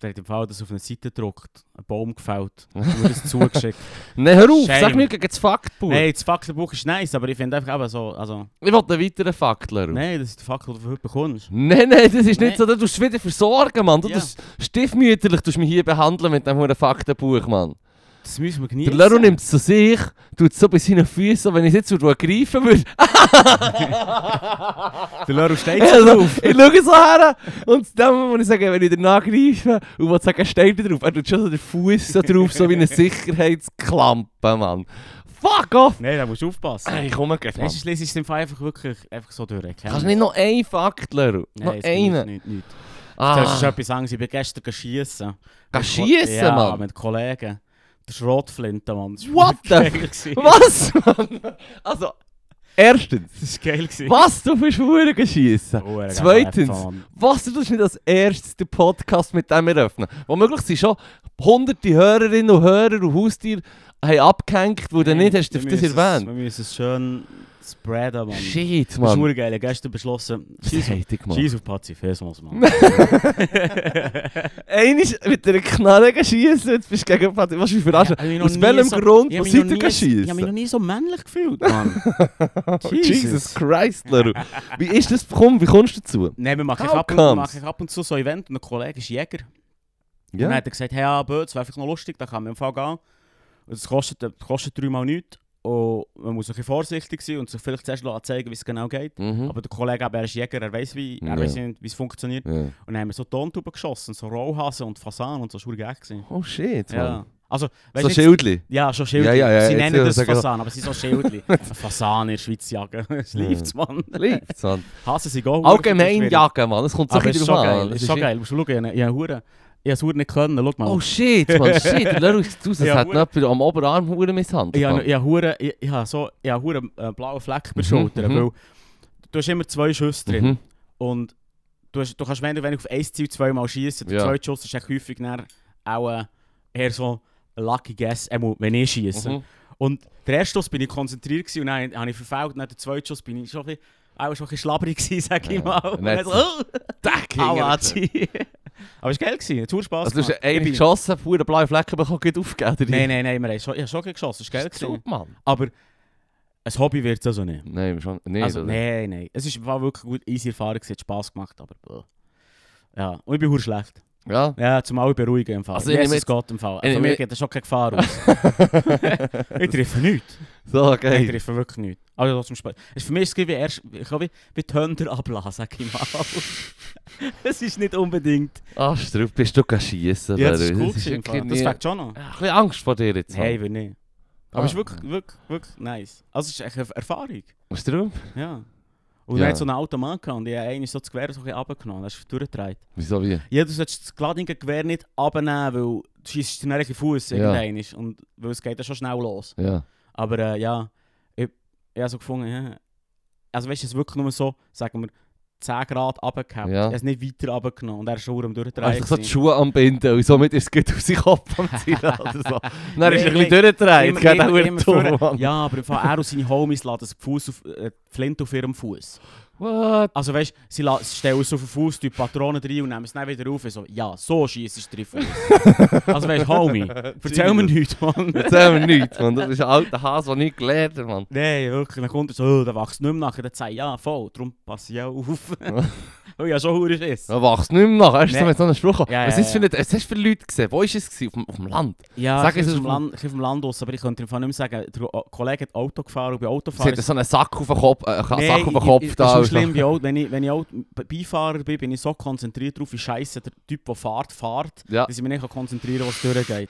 Speaker 1: Der hat im Fall das auf eine Seite gedruckt, einen Baum gefällt und mir das zugeschickt.
Speaker 2: *laughs* Nein, hör auf,
Speaker 1: Shame.
Speaker 2: sag nicht gegen das Faktbuch.
Speaker 1: Nein, das Fackelbuch ist nice, aber ich finde einfach eben so, also...
Speaker 2: Ich will einen weiteren Fakt, Leru.
Speaker 1: Nein, das ist der Fackel, den du heute bekommst.
Speaker 2: Nein, nein, das ist
Speaker 1: Nein.
Speaker 2: nicht so. Du tust wieder versorgen, Mann. Du
Speaker 1: Ja.
Speaker 2: tust stiefmütterlich tust mich hier behandeln mit diesem Faktenbuch, Mann.
Speaker 1: Das müssen wir
Speaker 2: Der
Speaker 1: genießen.
Speaker 2: Leru nimmt es zu sich, tut es so bei seinen Füßen, wenn ich es jetzt so ergreifen würde.
Speaker 1: Der Lörl
Speaker 2: *laughs*
Speaker 1: steht so
Speaker 2: Also,
Speaker 1: drauf.
Speaker 2: ich schaue so her und dann muss ich sagen, wenn ich den angreife und will sagen, steht er drauf, er tut schon so den Fuß so drauf, so wie
Speaker 1: *laughs*
Speaker 2: eine Sicherheitsklampe, Mann. Fuck off!
Speaker 1: Nein, da musst du aufpassen.
Speaker 2: Ey, komm mal, Mann.
Speaker 1: Weißt du, schließlich ist es im Fall einfach wirklich einfach so durch.
Speaker 2: Kannst du nicht noch einen Fakt, Leru? Noch
Speaker 1: Nein,
Speaker 2: einen?
Speaker 1: Nicht, nicht. Das ist
Speaker 2: Ah,
Speaker 1: etwas anderes. Ich bin gestern schiessen.
Speaker 2: Geh schiessen,
Speaker 1: ja,
Speaker 2: Mann?
Speaker 1: mit Kollegen. Der Schrotflinte, Mann. Das war
Speaker 2: What
Speaker 1: geil
Speaker 2: the-
Speaker 1: gewesen.
Speaker 2: was, Mann? Also, erstens,
Speaker 1: Das ist geil gewesen.
Speaker 2: was du für Schwuren geschiessen?
Speaker 1: Oh, er geht
Speaker 2: Zweitens.
Speaker 1: einfach, Mann.
Speaker 2: Was, du tust nicht als erstes den Podcast mit dem eröffnen? Womöglich sind schon hunderte Hörerinnen und Hörer und Haustiere haben abgehängt, wo du
Speaker 1: Nein,
Speaker 2: nicht hast
Speaker 1: wir
Speaker 2: auf das
Speaker 1: müssen es-
Speaker 2: erwähnt.
Speaker 1: Wir müssen es schön spreaden, Mann.
Speaker 2: Shit,
Speaker 1: Das ist
Speaker 2: Mann.
Speaker 1: nur geil. Ich habe Gestern beschlossen.
Speaker 2: Das
Speaker 1: Scheiss auf-
Speaker 2: hätte ich gemacht.
Speaker 1: Scheiss auf Pazifismus,
Speaker 2: *laughs*
Speaker 1: Mann.
Speaker 2: Einer ist mit einer Knarre geschissen, jetzt bist du gegen Patrick. Was ist verarschen?
Speaker 1: Ja, hab mich noch
Speaker 2: Aus
Speaker 1: nie
Speaker 2: welchem
Speaker 1: so-
Speaker 2: Grund?
Speaker 1: ich hab
Speaker 2: Was
Speaker 1: mich noch
Speaker 2: seid ihr
Speaker 1: nie- Ich habe mich noch
Speaker 2: geschissen?
Speaker 1: nie so männlich
Speaker 2: *laughs*
Speaker 1: gefühlt, Mann.
Speaker 2: Jesus Christ,
Speaker 1: *laughs*
Speaker 2: Leru. Wie ist das gekommen? Wie kommst du dazu?
Speaker 1: Nein, wir machen
Speaker 2: How
Speaker 1: ab, und-
Speaker 2: comes?
Speaker 1: mache ich ab und zu so Event und ein Kollege ist Jäger. Und dann
Speaker 2: Ja.
Speaker 1: hat er gesagt, hey, ja, Bö, das wäre einfach noch lustig, da kann man im Fall gehen. Und das kostet, das kostet dreimal nichts. Und man muss ein bisschen vorsichtig sein und sich vielleicht zuerst lassen zeigen, wie es genau geht.
Speaker 2: Mhm.
Speaker 1: Aber der Kollege, eben, er ist Jäger, er weiß, wie er
Speaker 2: Ja.
Speaker 1: weiss nicht, wie es funktioniert.
Speaker 2: Ja.
Speaker 1: Und dann haben wir so Tontuben geschossen, so Rollhasen und Fasan und so, schon geil gewesen.
Speaker 2: Oh shit, Mann.
Speaker 1: Ja. Also,
Speaker 2: So
Speaker 1: weißt du,
Speaker 2: Schildli.
Speaker 1: ja, schon Schildli.
Speaker 2: Ja, ja, ja,
Speaker 1: sie
Speaker 2: jetzt
Speaker 1: nennen
Speaker 2: würde
Speaker 1: das
Speaker 2: ich sagen-
Speaker 1: Fasan, aber sie sind so
Speaker 2: *laughs*
Speaker 1: Schildli. Ein Fasan in der Schweiz *laughs* jagen. Es läuft's, Mann. *laughs*
Speaker 2: Liebt's, Mann.
Speaker 1: Hassen sie auch.
Speaker 2: Allgemein
Speaker 1: schwierig.
Speaker 2: jagen, Mann. Es kommt so
Speaker 1: Aber
Speaker 2: ein
Speaker 1: es ist
Speaker 2: bisschen
Speaker 1: schon
Speaker 2: drauf
Speaker 1: Ah, geil,
Speaker 2: an.
Speaker 1: es
Speaker 2: Es
Speaker 1: ist schon
Speaker 2: ist-
Speaker 1: geil. Musst du schauen, ich habe Huren. Ich habe es nicht können, schau mal.
Speaker 2: Oh shit,
Speaker 1: *laughs*
Speaker 2: Mann. Shit, Leru, ich raus. Es
Speaker 1: Ja, nou,
Speaker 2: hat
Speaker 1: hu-
Speaker 2: noch jemand am Oberarm Huren misshandelt.
Speaker 1: ich habe
Speaker 2: Mann.
Speaker 1: ich habe Huren, ich, ich habe so, ich habe Huren äh, blauen Fleck bei
Speaker 2: Mhm,
Speaker 1: den Schultern,
Speaker 2: mhm.
Speaker 1: weil du hast immer zwei Schüsse drin
Speaker 2: Mhm.
Speaker 1: und du, hast, du kannst wenn du wenn du auf ein Ziel zweimal schießen, der
Speaker 2: Ja.
Speaker 1: zweite Schuss ist echt häufig dann auch äh, eher so ein lucky guess, einmal, wenn ich schiesse.
Speaker 2: Mhm.
Speaker 1: Und der erste Schuss bin ich konzentriert gewesen und dann habe ich verfehlt, und dann der zweite Schuss bin ich schon ein bisschen, auch schon ein bisschen schlabberig gewesen, sag ich
Speaker 2: Ja.
Speaker 1: mal.
Speaker 2: Und
Speaker 1: Und
Speaker 2: dann
Speaker 1: dann so,
Speaker 2: *laughs*
Speaker 1: oh,
Speaker 2: Tack,
Speaker 1: aua,
Speaker 2: hingerückt.
Speaker 1: Azi. Aber es war geil, gewesen, hat super Spass
Speaker 2: Also, du hast
Speaker 1: gemacht. Ich
Speaker 2: einen
Speaker 1: bin-
Speaker 2: geschossen, Huren blaue Flecken bekommen, geht aufgeben. oder?
Speaker 1: Nein, nein, nein, wir haben schon, ich habe schon geschossen, es war geil.
Speaker 2: Ist
Speaker 1: Gewesen.
Speaker 2: gut, Mann.
Speaker 1: Aber ein Hobby wird es also nicht.
Speaker 2: Nein, schon. Nee,
Speaker 1: Also,
Speaker 2: oder?
Speaker 1: nein, nein. Es ist war wirklich gut, easy Erfahrung, es hat Spass gemacht, aber bäh. Ja, und ich bin hure schlecht.
Speaker 2: Ja.
Speaker 1: Ja, zumal ich beruhigen im Fall.
Speaker 2: Also,
Speaker 1: Also,
Speaker 2: ich
Speaker 1: Jesus
Speaker 2: nehme jetzt-
Speaker 1: Gott im Fall.
Speaker 2: ich
Speaker 1: Von
Speaker 2: nehme-
Speaker 1: mir geht da schon keine Gefahr
Speaker 2: *laughs*
Speaker 1: aus. ich treffe nichts.
Speaker 2: So,
Speaker 1: Ich
Speaker 2: okay.
Speaker 1: treffe wirklich nichts. Also das zum Spaß. Es für mich ist es wie erst, ich kann wie, wie die Hörner ablassen, sag ich mal. *laughs* es ist nicht unbedingt.
Speaker 2: Ah, Strupp, bist du kein Schiessen?
Speaker 1: Ja, das ist
Speaker 2: Leru.
Speaker 1: cool gewesen. im Fall.
Speaker 2: wirklich
Speaker 1: Das
Speaker 2: nie-
Speaker 1: fängt schon noch.
Speaker 2: Ein bisschen Angst vor dir jetzt.
Speaker 1: Nein, wir nicht. Aber
Speaker 2: Ah.
Speaker 1: es ist wirklich, wirklich, wirklich nice. Also es ist echt eine Erfahrung.
Speaker 2: Strupp?
Speaker 1: Ja. Und
Speaker 2: Ja.
Speaker 1: er hat so einen alten Mann gehabt und ich habe einen so das Gewehr so ein bisschen runtergenommen. Das ist durchgetragen.
Speaker 2: Wieso wie?
Speaker 1: Ja, dus du solltest das geladene Gewehr nicht runternehmen, weil du schießt dir einen Fuß
Speaker 2: Ja.
Speaker 1: irgendwann. ist Und weil es geht ja schon schnell los.
Speaker 2: Ja.
Speaker 1: Aber äh, ja, ich, ich habe so gefunden, ja. also weißt du, es ist wirklich nur so, sagen wir, 10 Grad runtergehabt.
Speaker 2: Ja. Ah,
Speaker 1: Er ist nicht weiter runtergenommen und er ist schon am durchdrehen.
Speaker 2: Einfach so die Schuhe anbinden und somit ist es gut aus seinem Kopf am
Speaker 1: *laughs*
Speaker 2: Ziel oder so. Dann ist er ein
Speaker 1: Nee,
Speaker 2: bisschen durchgedreht.
Speaker 1: Immer-
Speaker 2: Geht auch
Speaker 1: immer-
Speaker 2: wieder
Speaker 1: immer
Speaker 2: dumm,
Speaker 1: vorne.
Speaker 2: Mann.
Speaker 1: Ja, aber im Fall, er und seine Homies laden das Fuß auf, äh, die Flinte auf ihrem Fuß.
Speaker 2: What?
Speaker 1: Also weißt du, sie la- sie stellen es auf den Fuß, die Patronen nou, rein und nehmen es dann wieder auf. Und so, ja, so schießt es
Speaker 2: *laughs*
Speaker 1: drauf. also weißt du, Homie, erzähl mir nichts, Mann.
Speaker 2: Erzähl mir nichts, Mann. Das ist ein alter Hase, der nichts gelernt hat, Mann.
Speaker 1: Nein, wirklich, dann kommt er so, oh, dann wachst du nicht mehr nachher. Dann sagt ja, voll, darum pass ich auch auf.
Speaker 2: *laughs*
Speaker 1: oh ja, schon hure Schiss.
Speaker 2: Dann wachst du nicht mehr nach. Hast du
Speaker 1: Nee.
Speaker 2: mit so einem Spruch?
Speaker 1: Ja,
Speaker 2: was
Speaker 1: ja,
Speaker 2: ist für
Speaker 1: ja.
Speaker 2: eine- was hast du für Leute gesehen? Wo war es? gewesen? Auf dem, auf dem Land?
Speaker 1: Ja,
Speaker 2: Sag
Speaker 1: ich
Speaker 2: es
Speaker 1: bin vom
Speaker 2: uns mal.
Speaker 1: Land, ich bin vom Land aus, aber ich könnte einfach nicht mehr sagen, der O- Kollege hat Auto gefahren und bei
Speaker 2: Sie
Speaker 1: Autofahren...
Speaker 2: hat so einen Sack auf den Kopf, äh, einen Sack auf den
Speaker 1: ich-
Speaker 2: Kopf
Speaker 1: ich-
Speaker 2: da.
Speaker 1: ist so
Speaker 2: und so.
Speaker 1: schlimm, bei Auto, wenn ich, wenn ich Auto, Beifahrer bin, bin ich so konzentriert darauf, wie scheiße der Typ, der fährt, fährt.
Speaker 2: Ja.
Speaker 1: dass ich mich nicht kann konzentrieren kann, was durchgeht.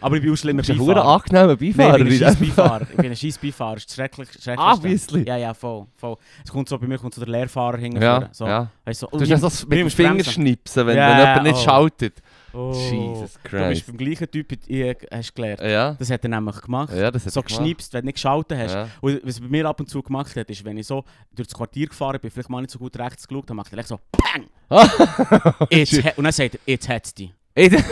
Speaker 1: Aber ich bin auch schlimmer
Speaker 2: Du bist ein verdammt
Speaker 1: Beifahrer.
Speaker 2: angenehmer Beifahrer.
Speaker 1: Nein, ich bin ein
Speaker 2: in
Speaker 1: scheiß
Speaker 2: dem Fall.
Speaker 1: Beifahrer. Ich bin ein scheiß Beifahrer. Das ist schrecklich. schrecklich
Speaker 2: Obviously.
Speaker 1: Ja, ja, voll. voll. Es kommt so, bei mir kommt so der Lehrfahrer hinten
Speaker 2: *laughs* Ja,
Speaker 1: vorne, so,
Speaker 2: ja.
Speaker 1: Weißt, so,
Speaker 2: Du hast ja so mit dem
Speaker 1: musst
Speaker 2: Finger
Speaker 1: bremsen.
Speaker 2: schnipsen, wenn,
Speaker 1: Ja,
Speaker 2: wenn jemand nicht
Speaker 1: oh.
Speaker 2: schaltet.
Speaker 1: oh.
Speaker 2: Jesus
Speaker 1: Du bist
Speaker 2: Christ.
Speaker 1: beim gleichen Typ, in die- äh, hast du gelernt.
Speaker 2: Ja,
Speaker 1: Das hat er nämlich gemacht.
Speaker 2: ja, das hat
Speaker 1: so
Speaker 2: er gemacht.
Speaker 1: geschnipst, wenn du nicht geschaltet hast.
Speaker 2: Ja.
Speaker 1: Und was bei mir ab und zu gemacht hat, ist, wenn ich so durch das Quartier gefahren bin,
Speaker 2: *laughs*
Speaker 1: vielleicht mal nicht so gut rechts geschaut, dann macht er echt so PANG! jetzt he- und dann sagt er, jetzt hat's dich.
Speaker 2: Ey, *laughs* das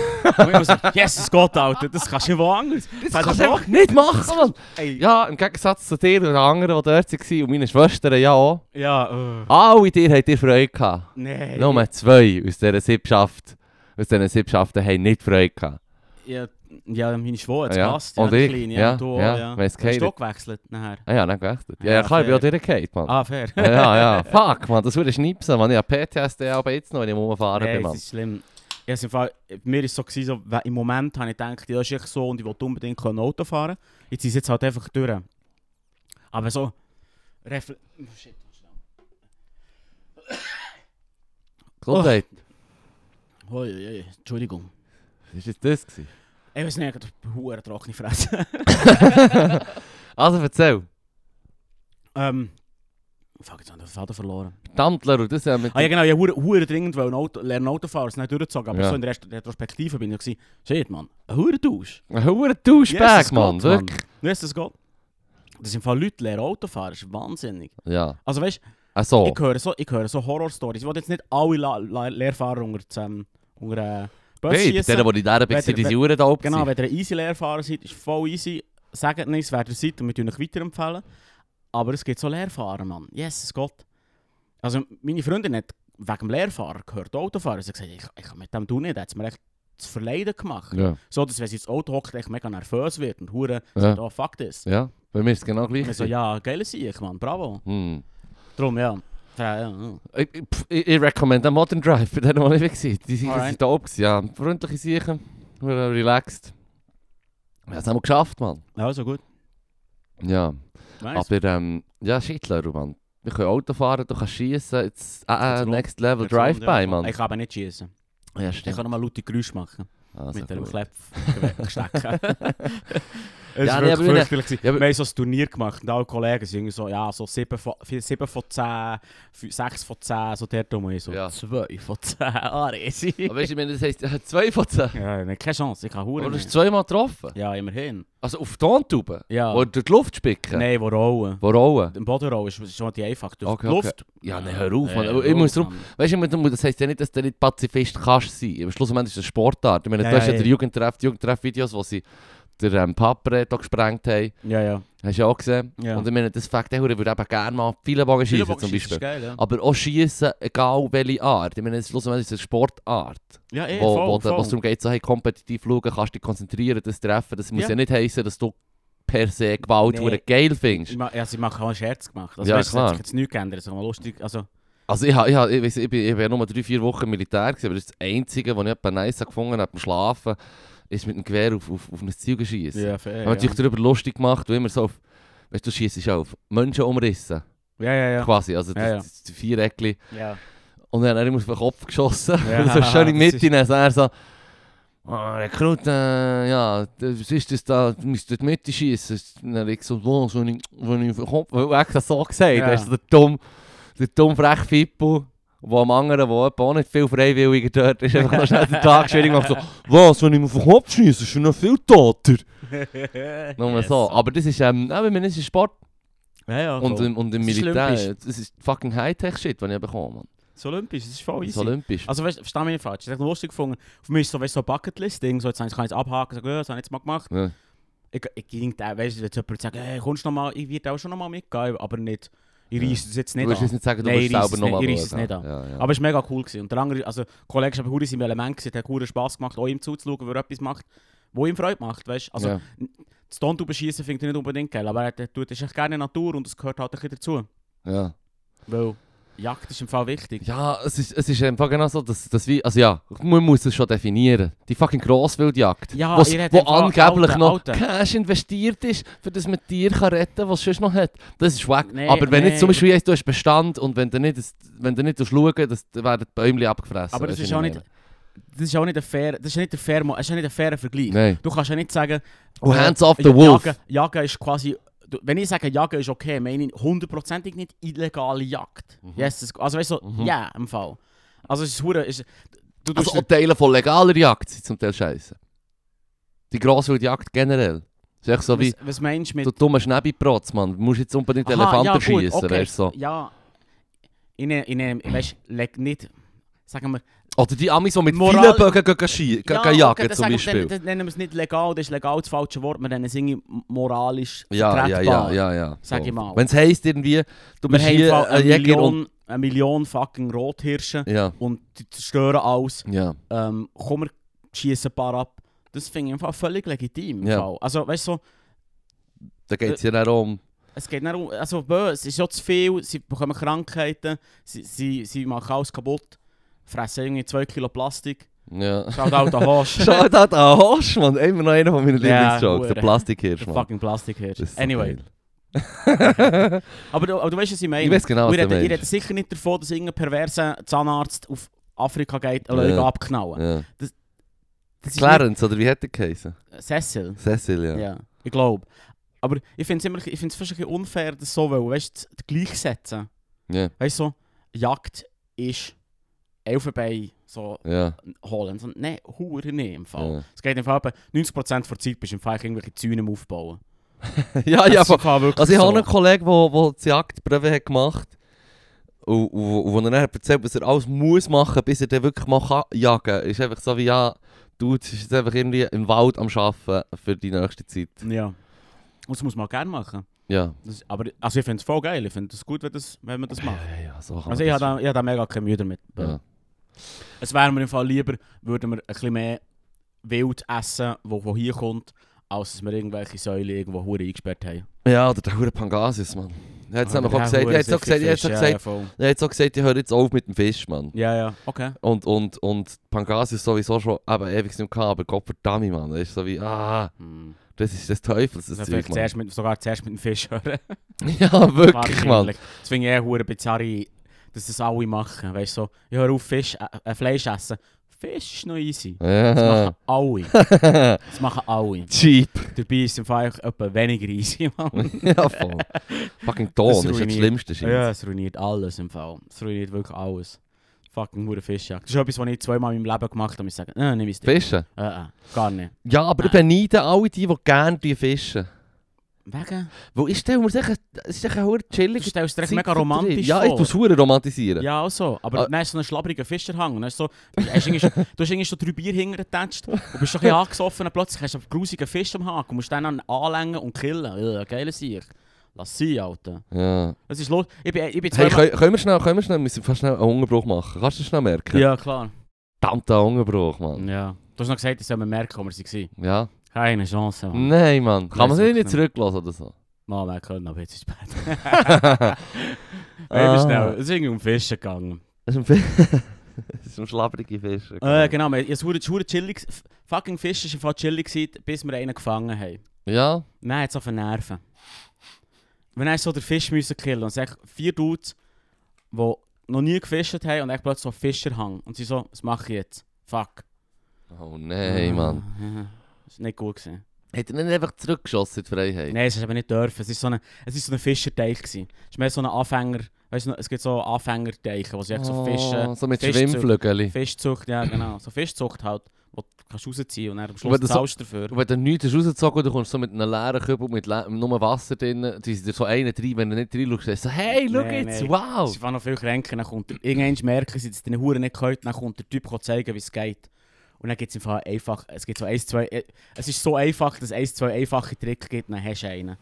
Speaker 1: Und ich muss sagen, yes, es geht, Alter, das kannst du irgendwo anders. Kann
Speaker 2: kannst du
Speaker 1: doch-
Speaker 2: einfach nicht machen, Mann.
Speaker 1: Ey, ja.
Speaker 2: Ja, im Gegensatz zu dir und den anderen, die dort waren, und meinen Schwestern, ja auch.
Speaker 1: ja äh,
Speaker 2: Alle dir habt ihr Freude gehabt.
Speaker 1: nee.
Speaker 2: Nur zwei aus dieser Siebschaft, aus diesen Siebschaften haben nicht Freude gehabt.
Speaker 1: Ja, ja, meine Schwester hat
Speaker 2: Ja,
Speaker 1: gehasst.
Speaker 2: und
Speaker 1: die
Speaker 2: ich,
Speaker 1: Kleine,
Speaker 2: ja,
Speaker 1: und du,
Speaker 2: ja,
Speaker 1: ja.
Speaker 2: weiss
Speaker 1: Hast du
Speaker 2: keiner.
Speaker 1: auch gewechselt nachher?
Speaker 2: Ah ja, dann gewechselt. Ja,
Speaker 1: Ja,
Speaker 2: ja klar, ich bin auch
Speaker 1: fair.
Speaker 2: durchgefallen, Mann.
Speaker 1: Ah, fair.
Speaker 2: Ja, ja, fuck, Mann, das würde schnipsen, Mann. Ich habe PTSD aber jetzt noch, wenn ich rumfahren
Speaker 1: Nee,
Speaker 2: bin,
Speaker 1: es
Speaker 2: Mann.
Speaker 1: ist schlimm. Ja, es im Fall, mir war es so, gewesen, so, we- im Moment habe ich gedacht, ja, ist echt so und ich wollte unbedingt können Auto fahren Jetzt ist es jetzt halt einfach durch. Aber so... Refle oh, shit.
Speaker 2: Gesundheit.
Speaker 1: Oi, oi, oi. Entschuldigung.
Speaker 2: Ist jetzt das *laughs* gewesen?
Speaker 1: Ich weiß nicht, ich habe eine trockene *laughs* Fresse.
Speaker 2: Also erzähl.
Speaker 1: ähm... Fuck, jetzt habe ich den Faden verloren.
Speaker 2: Tantler, und das ja mit...
Speaker 1: Ah ja genau, ich wollte hure dringend wollen Auto, lernen Auto fahren, es nicht durchgezogen. Aber
Speaker 2: Ja.
Speaker 1: so in der Rest- Retrospektive bin ich gewesen, shit man, ein hure Tausch.
Speaker 2: Ein hoher Duschbag,
Speaker 1: Jesus
Speaker 2: Mann.
Speaker 1: Gott, Mann.
Speaker 2: Wirklich.
Speaker 1: Weißt du, das geht? Das sind Fall Leute leer Auto fahren, ist wahnsinnig.
Speaker 2: Ja. Ah,
Speaker 1: Also weißt
Speaker 2: Also.
Speaker 1: ich höre so, ich höre so Horror-Stories. Ich will jetzt nicht alle La La Lehrfahrer unter, ähm, unter äh, Bus
Speaker 2: Nein, bei
Speaker 1: schiessen.
Speaker 2: denen, die in dieser Beziehung
Speaker 1: Wenn-
Speaker 2: diese Uhren da oben
Speaker 1: Genau,
Speaker 2: sind.
Speaker 1: wenn ihr ein easy Lehrfahrer seid, ist voll easy. Sagt nichts, wer ihr seid und wir tun euch weiterempfehlen. Aber es gibt so Lehrfahrer, Mann. Jesus Gott. Also meine Freundin hat wegen dem Lehrfahrer gehört Autofahren. Sie hat gesagt, ich, ich kann mit dem tun nicht. Er hat es mir echt zu verleiden gemacht.
Speaker 2: Ja.
Speaker 1: So, dass wenn sie ins Auto hockt, echt mega nervös wird und hure
Speaker 2: Ja.
Speaker 1: sagt, oh fuck this.
Speaker 2: ja. Bei mir ist es genau
Speaker 1: Ich
Speaker 2: gleich.
Speaker 1: so, ja, geiler Sieg, Mann, bravo.
Speaker 2: Hm.
Speaker 1: Drum, ja. Ja, ja, ja.
Speaker 2: Ich, ich, pff, ich, ich recommend den Modern Drive, *laughs* bei denen, die ich war. Die Sicher
Speaker 1: Alright.
Speaker 2: sind da oben. gewesen, Ja, freundliche Sicher. Relaxed. Wir haben es einmal geschafft, Mann.
Speaker 1: Also gut.
Speaker 2: Ja.
Speaker 1: Nice.
Speaker 2: Aber ähm, ja, Schittler, Mann. Wir können Auto fahren, du kannst schießen. Jetzt äh, äh,
Speaker 1: Jetzt
Speaker 2: Next Level
Speaker 1: Jetzt kommt,
Speaker 2: Drive-By,
Speaker 1: ja.
Speaker 2: Mann.
Speaker 1: Ich kann aber nicht schießen.
Speaker 2: Ja,
Speaker 1: Ich
Speaker 2: stimmt. Ah,
Speaker 1: kann nur mal laute Geräusche machen.
Speaker 2: Also
Speaker 1: mit einem *laughs*
Speaker 2: gut.
Speaker 1: Klepf
Speaker 2: *laughs*
Speaker 1: stecken. Es
Speaker 2: Ja,
Speaker 1: war
Speaker 2: nee,
Speaker 1: wirklich
Speaker 2: aber-
Speaker 1: fürchterlich. gewesen.
Speaker 2: ja, aber-
Speaker 1: Wir haben so ein Turnier gemacht und alle Kollegen sind irgendwie so, ja, so 7 von, 7 von 10, 6 von 10, so der Dumme. Ich so,
Speaker 2: Ja.
Speaker 1: 2 von 10, *laughs* Aresi.
Speaker 2: Aber weißt du, ich meine, das heisst, äh, zwei von zehn.
Speaker 1: Ja, nee, keine Chance, ich kann
Speaker 2: Aber
Speaker 1: Huren.
Speaker 2: du hast zweimal getroffen.
Speaker 1: Ja, immerhin.
Speaker 2: Also auf die Tontube.
Speaker 1: Ja.
Speaker 2: Oder durch die Luft spicken.
Speaker 1: Ah. Nein, wo rollen.
Speaker 2: Wo rollen.
Speaker 1: Im Boden rollen ist ist schon die einfach. Durch
Speaker 2: Okay,
Speaker 1: die
Speaker 2: okay.
Speaker 1: Luft.
Speaker 2: Ja, nee, hör auf, Mann.
Speaker 1: Nee,
Speaker 2: Ich muss
Speaker 1: auf,
Speaker 2: drum-
Speaker 1: Mann.
Speaker 2: Weißt du, mit dem- das heisst ja nicht, dass du nicht Pazifist kannst sein. Am Schluss am Ende ist es eine Sportart. Ich meine,
Speaker 1: Ja,
Speaker 2: du hast ja,
Speaker 1: ja,
Speaker 2: den
Speaker 1: ja.
Speaker 2: Jugendtreff, die Jugendtreff-Videos, wo sie den ähm, Pappre da gesprengt haben.
Speaker 1: Ja, ja.
Speaker 2: Hast du ja auch gesehen.
Speaker 1: Ja.
Speaker 2: Und ich meine, das fängt der Hure würde eben gerne mal viele Bogen schießen zum
Speaker 1: Schiessen ist
Speaker 2: Beispiel.
Speaker 1: geil, ja.
Speaker 2: Aber auch schießen, egal welche Art. Ich meine, es- schlussendlich ist es eine Sportart.
Speaker 1: Ja, eh,
Speaker 2: wo,
Speaker 1: voll,
Speaker 2: wo,
Speaker 1: voll.
Speaker 2: wo es darum geht, so hey, kompetitiv schauen, kannst dich konzentrieren, das Treffen. Das muss ja,
Speaker 1: Ja.
Speaker 2: nicht heißen, dass du per se Gewalt
Speaker 1: Nee.
Speaker 2: nee. geil
Speaker 1: Ich
Speaker 2: findest.
Speaker 1: ma- also ich mache auch einen Scherz gemacht. Also,
Speaker 2: Ja,
Speaker 1: ja, weißt, klar.
Speaker 2: klar.
Speaker 1: Das hat sich jetzt nichts geändert. Das ist auch mal lustig. Also,
Speaker 2: Also ich, ha- ich, ha- ich, weiss, ich, bin, ich bin ja nur drei, vier Wochen im Militär, gewesen, aber das ist das Einzige, was ich etwa nice gefunden habe beim Schlafen, ist mit dem Gewehr auf, auf, auf ein Ziel geschießen.
Speaker 1: ja, fair.
Speaker 2: Ich habe mich darüber lustig gemacht, du immer so auf, weißt du, schießt ja auf Menschen umrissen,
Speaker 1: Ja, ja, ja.
Speaker 2: quasi, also das,
Speaker 1: Ja, ja.
Speaker 2: das, das Viereckli.
Speaker 1: *laughs* ja.
Speaker 2: Und dann hat er immer auf den Kopf geschossen. *laughs*
Speaker 1: *laughs* Ja,
Speaker 2: so schön in die
Speaker 1: das
Speaker 2: Mitte. Dann er so, oh, Rekrut, äh, ja, das- was ist das da? Du musst in die Mitte schießen. Dann habe ich gesagt, oh, so, wenn ich, wenn ich auf den Kopf, weil ich das so gesagt
Speaker 1: Ja.
Speaker 2: ja. ist der dumm, der dumm freche Fippo, wo am anderen, wo etwa auch nicht viel Freiwilliger dort *laughs* ist, einfach noch schnell den Tag schwierig
Speaker 1: *laughs*
Speaker 2: gemacht. So, was, wenn ich ihm auf den Kopf schieße, ist er noch viel toter. Nur mal
Speaker 1: Yes.
Speaker 2: so. Aber das ist, ähm, eben, ich meine, es ist Sport
Speaker 1: Ja, ja.
Speaker 2: und,
Speaker 1: voll.
Speaker 2: im- und im
Speaker 1: Das ist
Speaker 2: Militär.
Speaker 1: Oh. olympisch.
Speaker 2: Das ist fucking Hightech-Shit, den ich bekomme, Mann.
Speaker 1: Das ist olympisch, das ist voll
Speaker 2: Das ist
Speaker 1: easy.
Speaker 2: olympisch.
Speaker 1: also, weißt du, versteh mich nicht falsch. Ich habe lustig gefunden. Für mich ist so, weißt, du, so ein Bucketlist-Ding. So, jetzt kann ich es abhaken, sag, ja, das habe ich jetzt mal gemacht.
Speaker 2: Ja.
Speaker 1: Ich, ich ging da, weißt du, wenn jetzt jemand sagt, hey, kommst du noch mal, ich werde auch schon noch mal mitgehen, aber nicht. Ich
Speaker 2: Ja.
Speaker 1: reiss es jetzt
Speaker 2: Du
Speaker 1: nicht
Speaker 2: willst
Speaker 1: an.
Speaker 2: jetzt nicht sagen, du
Speaker 1: Nein,
Speaker 2: willst
Speaker 1: ich reiss
Speaker 2: selber
Speaker 1: es
Speaker 2: nochmal
Speaker 1: nicht- ich reiss es nicht an.
Speaker 2: Ja, ja.
Speaker 1: Aber es war mega cool. Gewesen. Und der andere, also, der Kollege war bei seinem Element, gewesen, hat hat Spass gemacht, auch ihm zuzuschauen, weil er etwas macht, wo ihm Freude macht. Weißt? Also,
Speaker 2: ja.
Speaker 1: das Tontubenschießen findet er nicht unbedingt geil, aber er tut es echt gerne in der Natur und es gehört halt ein bisschen dazu.
Speaker 2: Ja.
Speaker 1: Weil Jagd ist im Fall wichtig.
Speaker 2: ja, es ist, es ist einfach genau so, dass, dass wir, also ja, man muss es schon definieren. Die fucking Grosswildjagd,
Speaker 1: Ja,
Speaker 2: wo's-
Speaker 1: ihr habt
Speaker 2: wo
Speaker 1: im Fall-
Speaker 2: angeblich
Speaker 1: Alter,
Speaker 2: noch
Speaker 1: Alter.
Speaker 2: Cash investiert ist, für das man Tier kann retten kann, was es sonst noch hat. Das ist wack.
Speaker 1: Nee,
Speaker 2: Aber wenn
Speaker 1: nee.
Speaker 2: jetzt zum Beispiel heisst, du hast Bestand und wenn du nicht, das- wenn du nicht schaust, das, dann werden die Bäume abgefressen.
Speaker 1: Aber das
Speaker 2: weisst
Speaker 1: ist
Speaker 2: du,
Speaker 1: auch
Speaker 2: was ich
Speaker 1: nicht, das ist auch nicht ein fair, das ist nicht der fair, Mo- das ist auch nicht ein fairer Vergleich.
Speaker 2: meine. Nein.
Speaker 1: Du kannst ja nicht sagen,
Speaker 2: Und
Speaker 1: äh,
Speaker 2: Oh, hands off the
Speaker 1: ja-
Speaker 2: wolf.
Speaker 1: Jagen, jagen ist quasi, du- wenn ich sage Jagen ist okay, meine ich hundertprozentig nicht illegale Jagd. Yes, es- also weißt du, ja,
Speaker 2: Mhm.
Speaker 1: im Fall. Also es ist hure, es- du
Speaker 2: Also
Speaker 1: tust
Speaker 2: auch Teile von legaler Jagd sind zum Teil scheiße. Die Grosswildjagd generell. Ist echt so wie...
Speaker 1: was, was meinst du mit
Speaker 2: Du dummer Schneebiprotz, Mann. Du musst jetzt unbedingt
Speaker 1: Aha,
Speaker 2: Elefanten
Speaker 1: ja, gut,
Speaker 2: schießen,
Speaker 1: okay.
Speaker 2: weißt du? So.
Speaker 1: Ja, in einem, in einem weißt, leg nicht, sagen wir,
Speaker 2: Oder die Amis, die mit
Speaker 1: Moral-
Speaker 2: Pfeilenbögen gehen- gehen schie- gehen- gehen jagen
Speaker 1: das
Speaker 2: zum
Speaker 1: sagen wir,
Speaker 2: Beispiel.
Speaker 1: Dann, dann nennen wir es nicht legal, das ist legal das falsche Wort, wir nennen es irgendwie moralisch
Speaker 2: Ja, ja, ja,
Speaker 1: vertretbar.
Speaker 2: ja, ja.
Speaker 1: sag ich mal.
Speaker 2: Wenn es heisst irgendwie,
Speaker 1: Wir
Speaker 2: du bist
Speaker 1: haben im
Speaker 2: hier
Speaker 1: Fall
Speaker 2: ein
Speaker 1: eine
Speaker 2: Jäger und...
Speaker 1: Million, eine Million fucking Rothirsche
Speaker 2: Ja,
Speaker 1: und die zerstören alles.
Speaker 2: ja.
Speaker 1: Ähm, komm, wir schießen ein paar ab. Das finde ich im Fall völlig legitim. Im
Speaker 2: Ja.
Speaker 1: Fall. Also, weißt du, so,
Speaker 2: Da geht
Speaker 1: Äh.
Speaker 2: es ja darum.
Speaker 1: es geht nicht um. Also, bö, es ist schon zu viel, sie bekommen Krankheiten, sie, sie, sie machen alles kaputt, fressen irgendwie 2 Kilo Plastik.
Speaker 2: Ja.
Speaker 1: *laughs* Schaut auch der
Speaker 2: *laughs*
Speaker 1: Horst.
Speaker 2: Schau da an Horst, Mann. Immer noch einer von meinen
Speaker 1: Ja,
Speaker 2: Lieblingsjokes. Der
Speaker 1: hure.
Speaker 2: Plastikhirsch, Mann.
Speaker 1: fucking Plastikhirsch.
Speaker 2: Das ist so
Speaker 1: anyway.
Speaker 2: geil.
Speaker 1: Aber du, aber du weißt, was ich meine.
Speaker 2: Ich weiß genau, was
Speaker 1: Und ihr
Speaker 2: du
Speaker 1: redet- ihr
Speaker 2: meinst.
Speaker 1: redet sicher nicht davon, dass irgendein perverser Zahnarzt auf Afrika geht und Leute
Speaker 2: Ja.
Speaker 1: abknallen.
Speaker 2: Ja.
Speaker 1: Das ist
Speaker 2: Clarence, oder wie hätte er geheißen?
Speaker 1: nicht- Cecil.
Speaker 2: Cecil, ja.
Speaker 1: Ja. Ich glaube. Aber ich finde es immer ich find's fast ein bisschen unfair, das so wollen. Weißt du, gleichsetzen.
Speaker 2: Ja.
Speaker 1: Weißt du, so, Jagd ist Elfenbein so
Speaker 2: Ja.
Speaker 1: holen. So, Nein, Huren nicht im Fall.
Speaker 2: Ja, *laughs*
Speaker 1: Es geht im Fall etwa 90% der Zeit bist du im Fall irgendwelche Zäune am aufbauen.
Speaker 2: ja, Ah, ja
Speaker 1: Das ist
Speaker 2: voll.
Speaker 1: im Fall wirklich
Speaker 2: Also ich
Speaker 1: so.
Speaker 2: habe einen Kollegen, der der die Jagdprüfe hat gemacht hat. Und, und, und wo er dann hat erzählt was er alles muss machen, bis er dann wirklich mal kann jagen kann. Ist einfach so wie, ja, du bist jetzt einfach irgendwie im Wald am Arbeiten für die nächste Zeit.
Speaker 1: Ja. Und das muss man auch gerne machen.
Speaker 2: Ja.
Speaker 1: Das, aber also ich finde es voll geil. Ich finde es gut, wenn, das, wenn man
Speaker 2: *laughs*
Speaker 1: das macht.
Speaker 2: Ja, ja, so kann man
Speaker 1: Also ich
Speaker 2: das-
Speaker 1: habe da, ich hab da mega keine Mühe damit.
Speaker 2: Ja.
Speaker 1: Es wäre mir im Fall lieber, würden wir ein bisschen mehr Wild essen, wo, wo hier kommt, als dass wir irgendwelche Säulen irgendwo hure eingesperrt haben.
Speaker 2: ja, oder der hure Pangasis, Mann. Er
Speaker 1: Ah,
Speaker 2: hat es nämlich auch gesagt, er hat es auch gesagt, er hat es auch
Speaker 1: ja,
Speaker 2: gesagt,
Speaker 1: Ja, voll.
Speaker 2: er hat es auch gesagt, ich höre jetzt auf mit dem Fisch, Mann.
Speaker 1: ja, ja, okay.
Speaker 2: Und, und, und Pangasis sowieso schon eben ewig nicht gehabt, aber Gottverdammt, Mann. Das ist so wie, ah,
Speaker 1: Hm.
Speaker 2: das ist des Teufels, das
Speaker 1: Das
Speaker 2: Zeug,
Speaker 1: vielleicht
Speaker 2: Mann.
Speaker 1: zuerst mit, sogar zuerst mit dem Fisch hören.
Speaker 2: *laughs* Ja, wirklich, Mann.
Speaker 1: Wahrscheinlich. Das finde ich eh hure bizarre, dass das alle machen. Weißt du, so, ich höre auf Fisch, äh, äh, Fleisch essen. Fisch ist noch easy. *laughs* Das
Speaker 2: Ja.
Speaker 1: machen alle. Das machen *laughs* alle.
Speaker 2: Cheap.
Speaker 1: Dabei ist es im Fall etwa weniger *laughs* easy, Mann.
Speaker 2: *laughs* ja, voll. Fucking Ton ist ja das
Speaker 1: ruiniert.
Speaker 2: Schlimmste. scheint.
Speaker 1: Ja, es ruiniert alles im Fall. Es ruiniert wirklich alles. Fucking hure Fischjagd. Das ist etwas, was ich zweimal in meinem Leben gemacht habe. Ich sage, nein, nimm es dir.
Speaker 2: Fischen?
Speaker 1: Äh, äh, gar nicht.
Speaker 2: Ja, aber ich beneide alle die, die gerne die fischen.
Speaker 1: Wegen?
Speaker 2: Wo ist der? Es ist doch ein hoher
Speaker 1: Du
Speaker 2: chilliger
Speaker 1: stellst dir echt
Speaker 2: Zeit
Speaker 1: mega
Speaker 2: verdreht.
Speaker 1: romantisch
Speaker 2: Ja, ich
Speaker 1: vor.
Speaker 2: tue es hure romantisieren.
Speaker 1: Ja, also. Aber
Speaker 2: Ah.
Speaker 1: dann hast du so einen schlabbrigen Fischerhang. Und dann hast du, so, hast irgendwie schon, du hast irgendwie schon drei Bier hintergetatscht und bist so ein
Speaker 2: *laughs*
Speaker 1: bisschen angesoffen und plötzlich hast du einen grusigen Fisch am Haken und musst dann anlängen und killen. Ja, geiler Sieg. Lass sie, Alter.
Speaker 2: Ja.
Speaker 1: Das ist los. Ich bin, ich bin
Speaker 2: Hey,
Speaker 1: zweimal-
Speaker 2: können, können wir schnell, können wir schnell, wir müssen fast schnell einen Hungerbruch machen. Kannst du das schnell merken?
Speaker 1: Ja, klar.
Speaker 2: Verdammter Hungerbruch, Mann.
Speaker 1: Ja. Du hast noch gesagt, ich soll mir merken, wo wir waren.
Speaker 2: Ja.
Speaker 1: Keine Chance, Mann.
Speaker 2: Nein, Mann. Kann man
Speaker 1: Weiss
Speaker 2: sich
Speaker 1: wirklich
Speaker 2: nicht
Speaker 1: nicht.
Speaker 2: zurücklassen
Speaker 1: *laughs*
Speaker 2: oder so?
Speaker 1: Mal mehr können, aber jetzt ist es *laughs* spät.
Speaker 2: Ah.
Speaker 1: Eben schnell, es ist irgendwie um Fischen gegangen.
Speaker 2: Das ist ein *laughs* Fisch. Das ist ein schlabbriger Fisch.
Speaker 1: Äh, genau, wir- es wurde hure chillig. f- Fucking Fisch war im Fall chillig, gewesen, bis wir einen gefangen haben.
Speaker 2: Ja.
Speaker 1: Dann hat es auf den Nerven. Wenn er so den Fisch müssen killen und es sind echt vier Dudes, die noch nie gefischt haben und echt plötzlich so einen Fischerhang. Und sie so, was mache ich jetzt? Fuck.
Speaker 2: Oh
Speaker 1: Ah. *laughs*
Speaker 2: nein, Mann.
Speaker 1: Ja, Das war nicht gut. Gewesen.
Speaker 2: Hätte er nicht einfach zurückgeschossen in die Freiheit?
Speaker 1: Nein, es ist eben nicht dürfen. Es war so ein, es ist so ein Fischerteich. gewesen. Es ist mehr so ein Anfänger. Weißt du, es gibt so Anfängerteiche, wo sie echt so
Speaker 2: Oh,
Speaker 1: fischen.
Speaker 2: So mit
Speaker 1: Fischzeug.
Speaker 2: Schwimmflügeln.
Speaker 1: Fischzucht, ja genau. So Fischzucht halt, wo du kannst rausziehen und dann am
Speaker 2: Aber
Speaker 1: Schluss
Speaker 2: das-
Speaker 1: zahlst du dafür.
Speaker 2: Und wenn du nichts hast rausgezogen hast, dann kommst du so mit einem leeren Kübel, mit le nur Wasser drin, die sind dir so einen rein, wenn du nicht reinschaust, sagst du so, hey, schau
Speaker 1: Nee,
Speaker 2: jetzt,
Speaker 1: nee.
Speaker 2: wow!
Speaker 1: Sie fahren noch viel kränker, dann kommt der, irgendwann merken sie, dass die Huren nicht können, dann kommt der Typ kann zeigen, wie es geht. Und dann gibt es im Fall einfach, es gibt so eins, zwei, eh, es ist so einfach, dass es eins, zwei einfache Tricks gibt, dann hast du einen.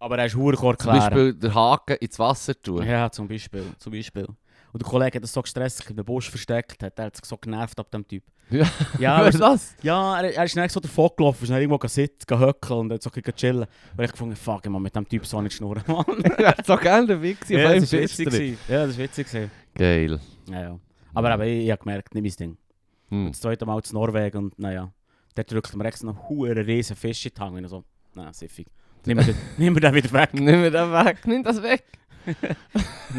Speaker 1: Aber er ist Huren
Speaker 2: Zum
Speaker 1: erklären.
Speaker 2: Beispiel den Haken ins Wasser tun. *laughs*
Speaker 1: Ja, zum Beispiel, zum Beispiel. Und der Kollege hat das so gestresst, sich in den Busch versteckt hat, er hat sich so genervt ab dem Typ.
Speaker 2: Ja.
Speaker 1: ja aber
Speaker 2: *laughs* Weißt
Speaker 1: *laughs*
Speaker 2: du das?
Speaker 1: Ja, er, er ist dann so davon gelaufen, ist dann irgendwo sitzen, höckeln und hat so ein bisschen chillen. Und ich gefunden, fuck, ich muss mit dem Typ so nicht schnurren, Mann.
Speaker 2: Ja, so gerne dabei
Speaker 1: *laughs*
Speaker 2: gewesen.
Speaker 1: ja,
Speaker 2: auf einem
Speaker 1: das war
Speaker 2: Fisch
Speaker 1: witzig.
Speaker 2: drin.
Speaker 1: gewesen. Ja, das war witzig. gewesen.
Speaker 2: Geil.
Speaker 1: Ja, ja. Aber eben, ich, ich habe gemerkt, nicht mein Ding.
Speaker 2: Hm.
Speaker 1: Das zweite Mal zu Norwegen und naja, der drückt mir extra noch einen riesen Fisch in die Hand. Und ich so, na, siffig. Nimm mir *laughs* den- nimm mir den wieder weg.
Speaker 2: Nimm mir das weg, nimm das weg.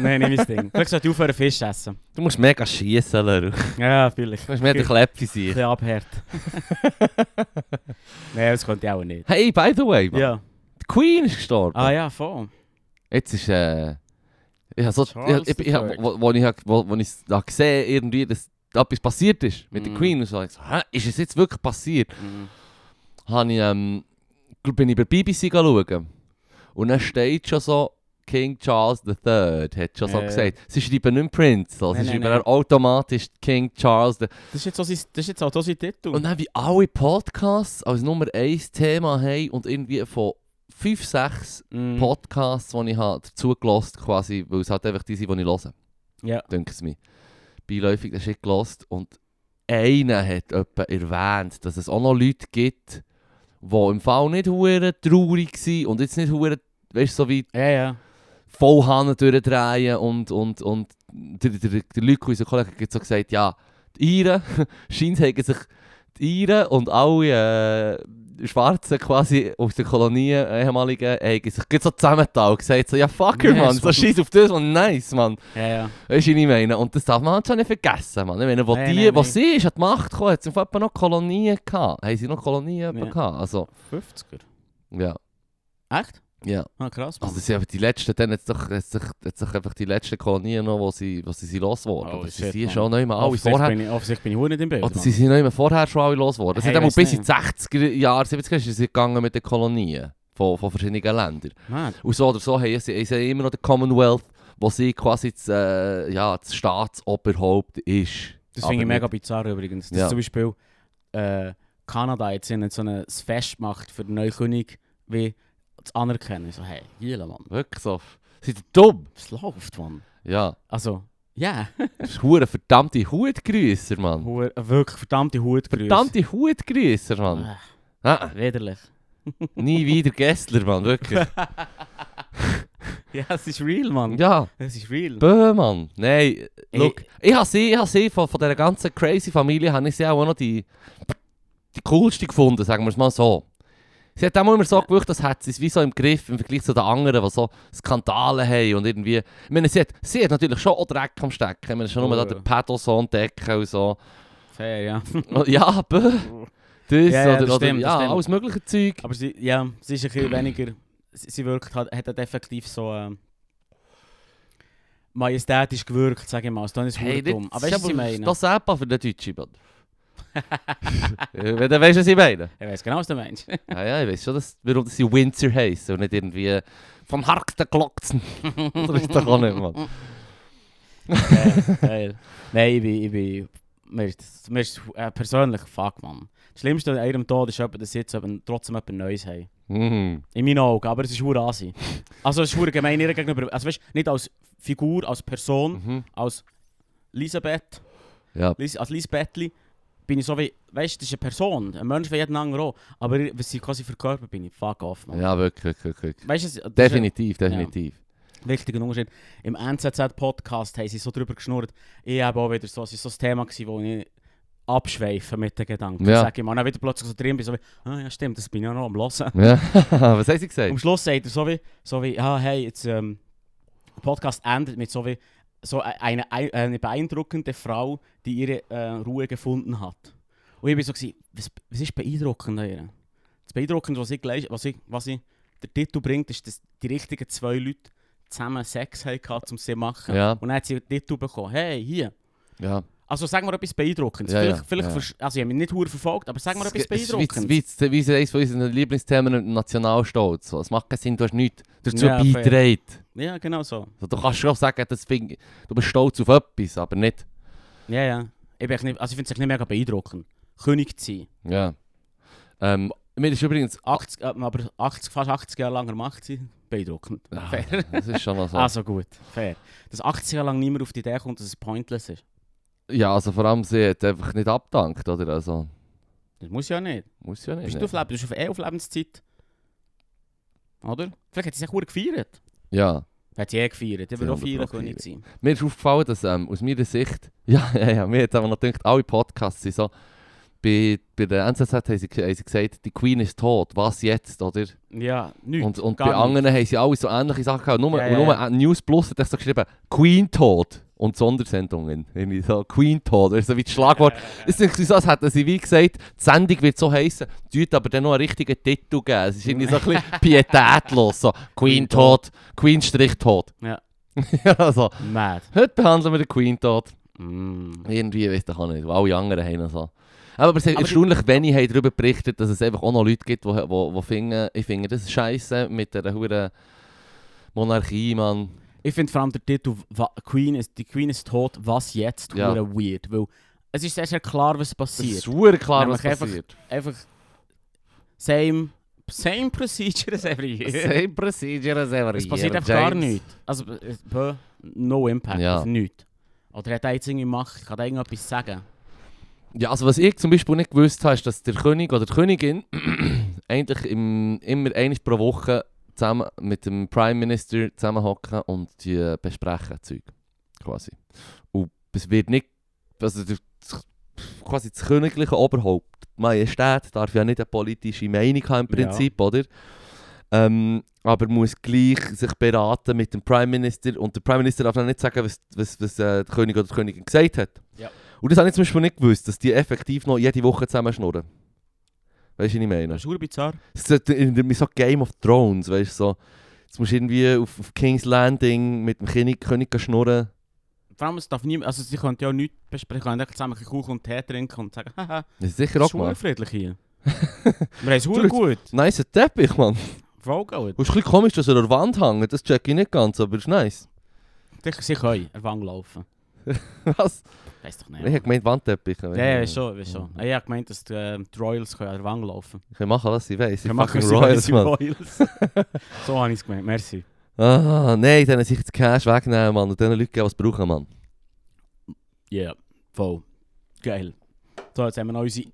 Speaker 1: Nein, nicht mein *laughs* Ding. Vielleicht sollte ich aufhören, Fisch essen.
Speaker 2: Du musst mega schiessen, *laughs* Leru. Du
Speaker 1: Ja, vielleicht. Ein
Speaker 2: musst mehr den Kleppi sein.
Speaker 1: bisschen *laughs* abhärten. Nein, das konnte ich auch nicht.
Speaker 2: Hey, by the way, man,
Speaker 1: Ja.
Speaker 2: die Queen ist gestorben.
Speaker 1: Ah ja, voll.
Speaker 2: Jetzt ist äh, ich hab so, ich,
Speaker 1: Charles
Speaker 2: ich, ich,
Speaker 1: III.
Speaker 2: wo, wo ich hab- wo, wo ich da gesehen irgendwie, dass da etwas passiert ist mit der
Speaker 1: Mm.
Speaker 2: Queen und so, ich so, hä, ist es jetzt wirklich passiert?
Speaker 1: Mhm.
Speaker 2: Habe ich ähm, glaub, bin ich bei BBC schauen. und dann steht schon so King Charles III hat schon so
Speaker 1: Ja.
Speaker 2: gesagt. Sie schreiben nicht Prince, also
Speaker 1: Nein,
Speaker 2: sie
Speaker 1: nein,
Speaker 2: schreiben
Speaker 1: nein.
Speaker 2: dann automatisch King Charles III.
Speaker 1: Das ist jetzt auch sein, das ist jetzt auch sein Titel.
Speaker 2: Und dann wie alle Podcasts als Nummer 1 Thema haben und irgendwie von 5, 6
Speaker 1: Mm.
Speaker 2: Podcasts, die ich habe, dazugelassen quasi, weil es halt einfach die sind, die ich höre,
Speaker 1: Ja.
Speaker 2: denke es mir. Beiläufig den Shit gelassen und einer hat jemand erwähnt, dass es auch noch Leute gibt, die im Fall nicht hure traurig sind und jetzt nicht hure, weißt du, so wie
Speaker 1: Ja, ja.
Speaker 2: voll Hahn durchdrehen und, und, und der, der, der der Luke, unser Kollege, hat so gesagt, ja, die *laughs* Iren, scheint haben sich die Iren und alle äh, Schwarzen quasi aus den Kolonien, äh, ehemaligen, haben sich gerade so zusammengetan und gesagt, so, ja fucker,
Speaker 1: Yes,
Speaker 2: man, so
Speaker 1: Mann.
Speaker 2: scheiß auf das, man, dus, nice, man.
Speaker 1: Ja, ja.
Speaker 2: Weißt du, was ich meine? Und das darf man halt schon nicht vergessen, man. Ich meine, wo
Speaker 1: Nein,
Speaker 2: die,
Speaker 1: nein,
Speaker 2: wo
Speaker 1: nein.
Speaker 2: sie ist, an die Macht gekommen, hat es im Fall etwa noch Kolonien gehabt. Haben sie noch Kolonien
Speaker 1: Ja.
Speaker 2: yeah. gehabt? Also,
Speaker 1: 50er.
Speaker 2: ja,
Speaker 1: Echt?
Speaker 2: ja.
Speaker 1: Ah, krass. Mann.
Speaker 2: Also sie haben die letzten, dann hat doch, hat's doch, hat's doch einfach die letzten Kolonien noch, wo sie, wo sie sind losgeworden.
Speaker 1: Oh,
Speaker 2: Oh, sie
Speaker 1: shit,
Speaker 2: sind
Speaker 1: Mann.
Speaker 2: schon nicht mehr alle
Speaker 1: Offensichtlich
Speaker 2: vorher. Also
Speaker 1: bin ich- Offensichtlich bin ich auch nicht im Bild.
Speaker 2: Oder
Speaker 1: Mann.
Speaker 2: sie sind nicht mehr vorher schon alle losgeworden. Es
Speaker 1: Hey,
Speaker 2: hat einmal
Speaker 1: weiss
Speaker 2: bis in
Speaker 1: nicht.
Speaker 2: die 70er Jahre, 70er Jahre sind sie gegangen mit den Kolonien von, von verschiedenen Ländern.
Speaker 1: Mad.
Speaker 2: Und so oder so haben sie, haben sie immer noch den Commonwealth, wo sie quasi das, äh, ja, das Staatsoberhaupt ist.
Speaker 1: Das
Speaker 2: Aber
Speaker 1: finde ich mega
Speaker 2: mit-
Speaker 1: bizarr übrigens. Dass
Speaker 2: Ja.
Speaker 1: zum Beispiel äh, Kanada jetzt in so ein Fest macht für den neuen König, wie zu anerkennen. So, hey, Jule, Mann.
Speaker 2: Wirklich so. Sie sind dumm.
Speaker 1: Was läuft, Mann?
Speaker 2: Ja.
Speaker 1: Also, ja.
Speaker 2: Das ist hure verdammte Hutgrüsser, Mann.
Speaker 1: Hu- Wirklich verdammte Hut.
Speaker 2: Verdammte Hutgrüsser, Mann.
Speaker 1: Äh,
Speaker 2: Ah.
Speaker 1: widerlich.
Speaker 2: Nie wieder Gessler, Mann, wirklich.
Speaker 1: Ja, es ist real, Mann.
Speaker 2: Ja,
Speaker 1: Es ist real.
Speaker 2: Böhmann. Nein,
Speaker 1: Ey.
Speaker 2: look, ich habe sie, ich habe sie von, von dieser ganzen crazy Familie, habe ich sie auch noch die, die coolste gefunden, sagen wir es mal so. Sie hat auch immer so gewirkt, als hätte sie es wie so im Griff im Vergleich zu den anderen, die so Skandale haben und irgendwie... Ich meine, sie hat, sie hat natürlich schon auch Dreck am Stecken. Ich meine, schon
Speaker 1: Oh,
Speaker 2: nur da
Speaker 1: ja.
Speaker 2: den Patterson decken und so.
Speaker 1: Fair, ja.
Speaker 2: Oh,
Speaker 1: *laughs*
Speaker 2: ja, bö.
Speaker 1: Ja,
Speaker 2: Das
Speaker 1: ja,
Speaker 2: oder,
Speaker 1: das
Speaker 2: oder
Speaker 1: stimmt, das
Speaker 2: ja,
Speaker 1: stimmt.
Speaker 2: alles mögliche Zeug.
Speaker 1: Aber sie, ja, sie ist ein bisschen weniger. Sie, sie wirkt, hat, hat halt effektiv so. ähm, majestätisch gewirkt, sage ich mal. Das ist hey, dumm. Aber weißt du, was ich meine?
Speaker 2: Das ist etwa für den Deutschen, *laughs* Mann. Wenn du weißt, was ich meine.
Speaker 1: Ich weiß genau, was du *laughs* meinst.
Speaker 2: Ja, ja, ich weiß schon, dass, warum dass sie Windsor heißen und nicht irgendwie vom Harkten Glockzen. *laughs* das ist doch auch nicht, Mann.
Speaker 1: Geil, geil. Nein, ich bin, ich bin mir ist, das- mir ist äh, persönlich fuck, man. Das Schlimmste an ihrem Tod ist, jemand, dass sie jetzt eben, trotzdem etwas Neues haben.
Speaker 2: Mhm.
Speaker 1: In meinen Augen, aber es ist hure asi. Also es ist hure gemein ihr gegenüber. Also weißt, nicht als Figur, als Person,
Speaker 2: Mhm.
Speaker 1: als Lisabeth,
Speaker 2: Ja.
Speaker 1: Lis, als Lisbettli, bin ich so wie, weißt, das ist eine Person, ein Mensch wie jeden anderen auch. Aber ich- was sie quasi verkörpert, bin ich fuck off, man.
Speaker 2: ja, wirklich, wirklich, wirklich.
Speaker 1: Weißt du, es- das ist-
Speaker 2: Definitiv, definitiv.
Speaker 1: Wichtiger Unterschied. Im NZZ-Podcast haben sie so drüber geschnurrt. Ich habe auch wieder so, es war so ein Thema, gewesen, wo ich abschweife mit den Gedanken.
Speaker 2: Ja.
Speaker 1: Sag ich mal. Und dann wieder plötzlich so drin bin, so wie, ah ja stimmt, das bin ich auch noch am Hören.
Speaker 2: Ja. *laughs* Was haben sie
Speaker 1: Am
Speaker 2: gesagt?
Speaker 1: Schluss sagt er so wie, so wie ah hey, jetzt, ähm, der Podcast endet mit so wie, so e-, eine, eine, eine beeindruckende Frau, die ihre äh, Ruhe gefunden hat. Und ich bin so, gewesen, was, was ist beeindruckend an ihr? Das Beeindruckende, was ich, gleich, was ich, was ich der Titel bringt, ist, dass die richtigen zwei Leute zusammen Sex hatten, um sie zu machen.
Speaker 2: Ja.
Speaker 1: Und dann hat sie den Titel bekommen, hey, hier.
Speaker 2: Ja.
Speaker 1: Also sagen wir etwas Beeindruckendes.
Speaker 2: Ja, ja,
Speaker 1: vielleicht, vielleicht
Speaker 2: ja.
Speaker 1: versch- Also ich habe mich nicht hure verfolgt, aber sagen wir
Speaker 2: Es-
Speaker 1: etwas
Speaker 2: es ist wie-
Speaker 1: Beeindruckendes.
Speaker 2: Wie es- wie es eines von unseren Lieblingsthemen Nationalstolz. So, Es macht keinen Sinn, du hast nichts dazu
Speaker 1: Ja, fair.
Speaker 2: beigetragen.
Speaker 1: Ja, genau so.
Speaker 2: So, du kannst schon sagen, das find, ich- du bist stolz auf etwas, aber nicht.
Speaker 1: Ja, ja. Ich, bin echt nicht, also ich finde es nicht mega beeindruckend. König zu sein.
Speaker 2: Ja. Ähm, mir ist übrigens.
Speaker 1: 80, äh, aber 80, fast 80 Jahre lang an der Macht sein, beeindruckend.
Speaker 2: Ah,
Speaker 1: Fair.
Speaker 2: das
Speaker 1: *laughs*
Speaker 2: ist schon noch so.
Speaker 1: Also gut, fair. Dass 80 Jahre lang niemand auf die Idee kommt, dass es pointless ist.
Speaker 2: Ja, also vor allem, sie hat einfach nicht abgedankt, oder? Also,
Speaker 1: Das muss ja nicht.
Speaker 2: muss ja nicht.
Speaker 1: Bist
Speaker 2: ne?
Speaker 1: du auf, Leb- bist auf, eh auf Lebenszeit? Oder? Vielleicht hat sie sich auch gefeiert.
Speaker 2: Ja.
Speaker 1: Hat sie eh gefeiert. Ich
Speaker 2: Sie
Speaker 1: würde auch
Speaker 2: haben
Speaker 1: feiern
Speaker 2: auch
Speaker 1: können
Speaker 2: gefeiert.
Speaker 1: sein.
Speaker 2: Mir ist aufgefallen, dass ähm, aus meiner Sicht, *laughs* ja, ja, ja, mir hat aber noch gedacht, alle Podcasts sind so, bei, bei der NZZ haben sie, haben sie gesagt, die Queen ist tot, was jetzt, oder?
Speaker 1: Ja, nichts.
Speaker 2: Und, und
Speaker 1: gar
Speaker 2: bei anderen haben sie alle so ähnliche Sachen gehabt. Nur,
Speaker 1: Ja,
Speaker 2: und
Speaker 1: ja,
Speaker 2: nur
Speaker 1: ja.
Speaker 2: äh, News Plus hat echt so geschrieben, Queen tot und Sondersendungen. Irgendwie so, Queen tot, oder so wie das Schlagwort. Es ist so, als hätten sie wie gesagt, die Sendung wird so heissen, tut aber dann noch einen richtigen Titel geben. Es ist irgendwie so
Speaker 1: *laughs*
Speaker 2: ein bisschen pietätlos. So, Queen tot, Queen Strich tot.
Speaker 1: Ja.
Speaker 2: Ja, *laughs* also,
Speaker 1: Mad.
Speaker 2: heute behandeln wir den Queen tot.
Speaker 1: Mm.
Speaker 2: Irgendwie, weiss ich auch nicht, weil alle anderen haben noch so. Aber es ist
Speaker 1: Aber die-
Speaker 2: erstaunlich wenig haben darüber berichtet, dass es einfach auch noch Leute gibt, die, die, die finden, ich finde das scheiße mit der huren Monarchie, Mann.
Speaker 1: Ich finde vor allem der Titel Wa- Queen ist, «Die Queen ist tot, was jetzt?»
Speaker 2: Ja.
Speaker 1: ja. weird, weil es ist sehr, sehr klar, was
Speaker 2: Es ist
Speaker 1: passiert.
Speaker 2: super klar, was
Speaker 1: Nämlich einfach-
Speaker 2: passiert.
Speaker 1: Einfach same, Eh, same procedure as every year.
Speaker 2: *laughs* Same procedure as every
Speaker 1: Es passiert
Speaker 2: year,
Speaker 1: einfach gar
Speaker 2: James.
Speaker 1: nichts. Also, äh, bö, no impact,
Speaker 2: Ja.
Speaker 1: auf nichts. Oder hat er jetzt irgendwie Macht, kann er irgendetwas sagen?
Speaker 2: Ja, also was ich zum Beispiel nicht gewusst habe, ist, dass der König oder die Königin *clears throat* eigentlich im, immer einmal pro Woche zusammen mit dem Prime Minister zusammenhocken und die äh, besprechen Zeug. Quasi. Und es wird nicht, also der, das- quasi das königliche Oberhaupt, die Majestät, darf ja nicht eine politische Meinung haben im
Speaker 1: Ja.
Speaker 2: Prinzip, oder? Ähm, aber muss gleich sich beraten mit dem Prime Minister und der Prime Minister darf dann nicht sagen, was, was, was äh, der König oder die Königin gesagt hat. Und das habe ich zum Beispiel nicht gewusst, dass die effektiv noch jede Woche zusammen schnurren. Weißt du, was ich meine?
Speaker 1: Das ist bizarr.
Speaker 2: Es sollte in in- so Game of Thrones, weißt du, so. Jetzt musst du irgendwie auf, auf King's Landing mit dem König, König gehen schnurren.
Speaker 1: Vor allem, es darf niemand, also sie können ja auch nichts besprechen, sie können einfach zusammen einen Kuchen und Tee trinken und sagen, haha,
Speaker 2: Das ist sicher
Speaker 1: es
Speaker 2: auch
Speaker 1: ist verdammt
Speaker 2: gemacht.
Speaker 1: friedlich *laughs* hier. Wir haben es verdammt gut,
Speaker 2: Nice Teppich, Mann.
Speaker 1: voll gut.
Speaker 2: Und Es ist ein bisschen komisch, dass er an der Wand hängt. Das check ich nicht ganz, aber es ist nice. *laughs*
Speaker 1: Sicher, sie können, er Wang laufen.
Speaker 2: Was?
Speaker 1: Weiss doch
Speaker 2: Ich habe
Speaker 1: nicht.
Speaker 2: gemeint Wandteppiche.
Speaker 1: Ja, ja, weiss schon, weiss schon. Ich habe gemeint, dass die, ähm, die Royals können an der Wang laufen
Speaker 2: Ich kann machen, was ich weiß. Ich
Speaker 1: können.
Speaker 2: fucking Royals, Mann. *laughs*
Speaker 1: Royals. so habe ich es gemeint, merci.
Speaker 2: Ah, nein, dann sich das Cash wegnehmen, Mann. Und den Leuten geben, was sie brauchen, Mann.
Speaker 1: Ja, voll. Geil. So, jetzt haben wir noch unsere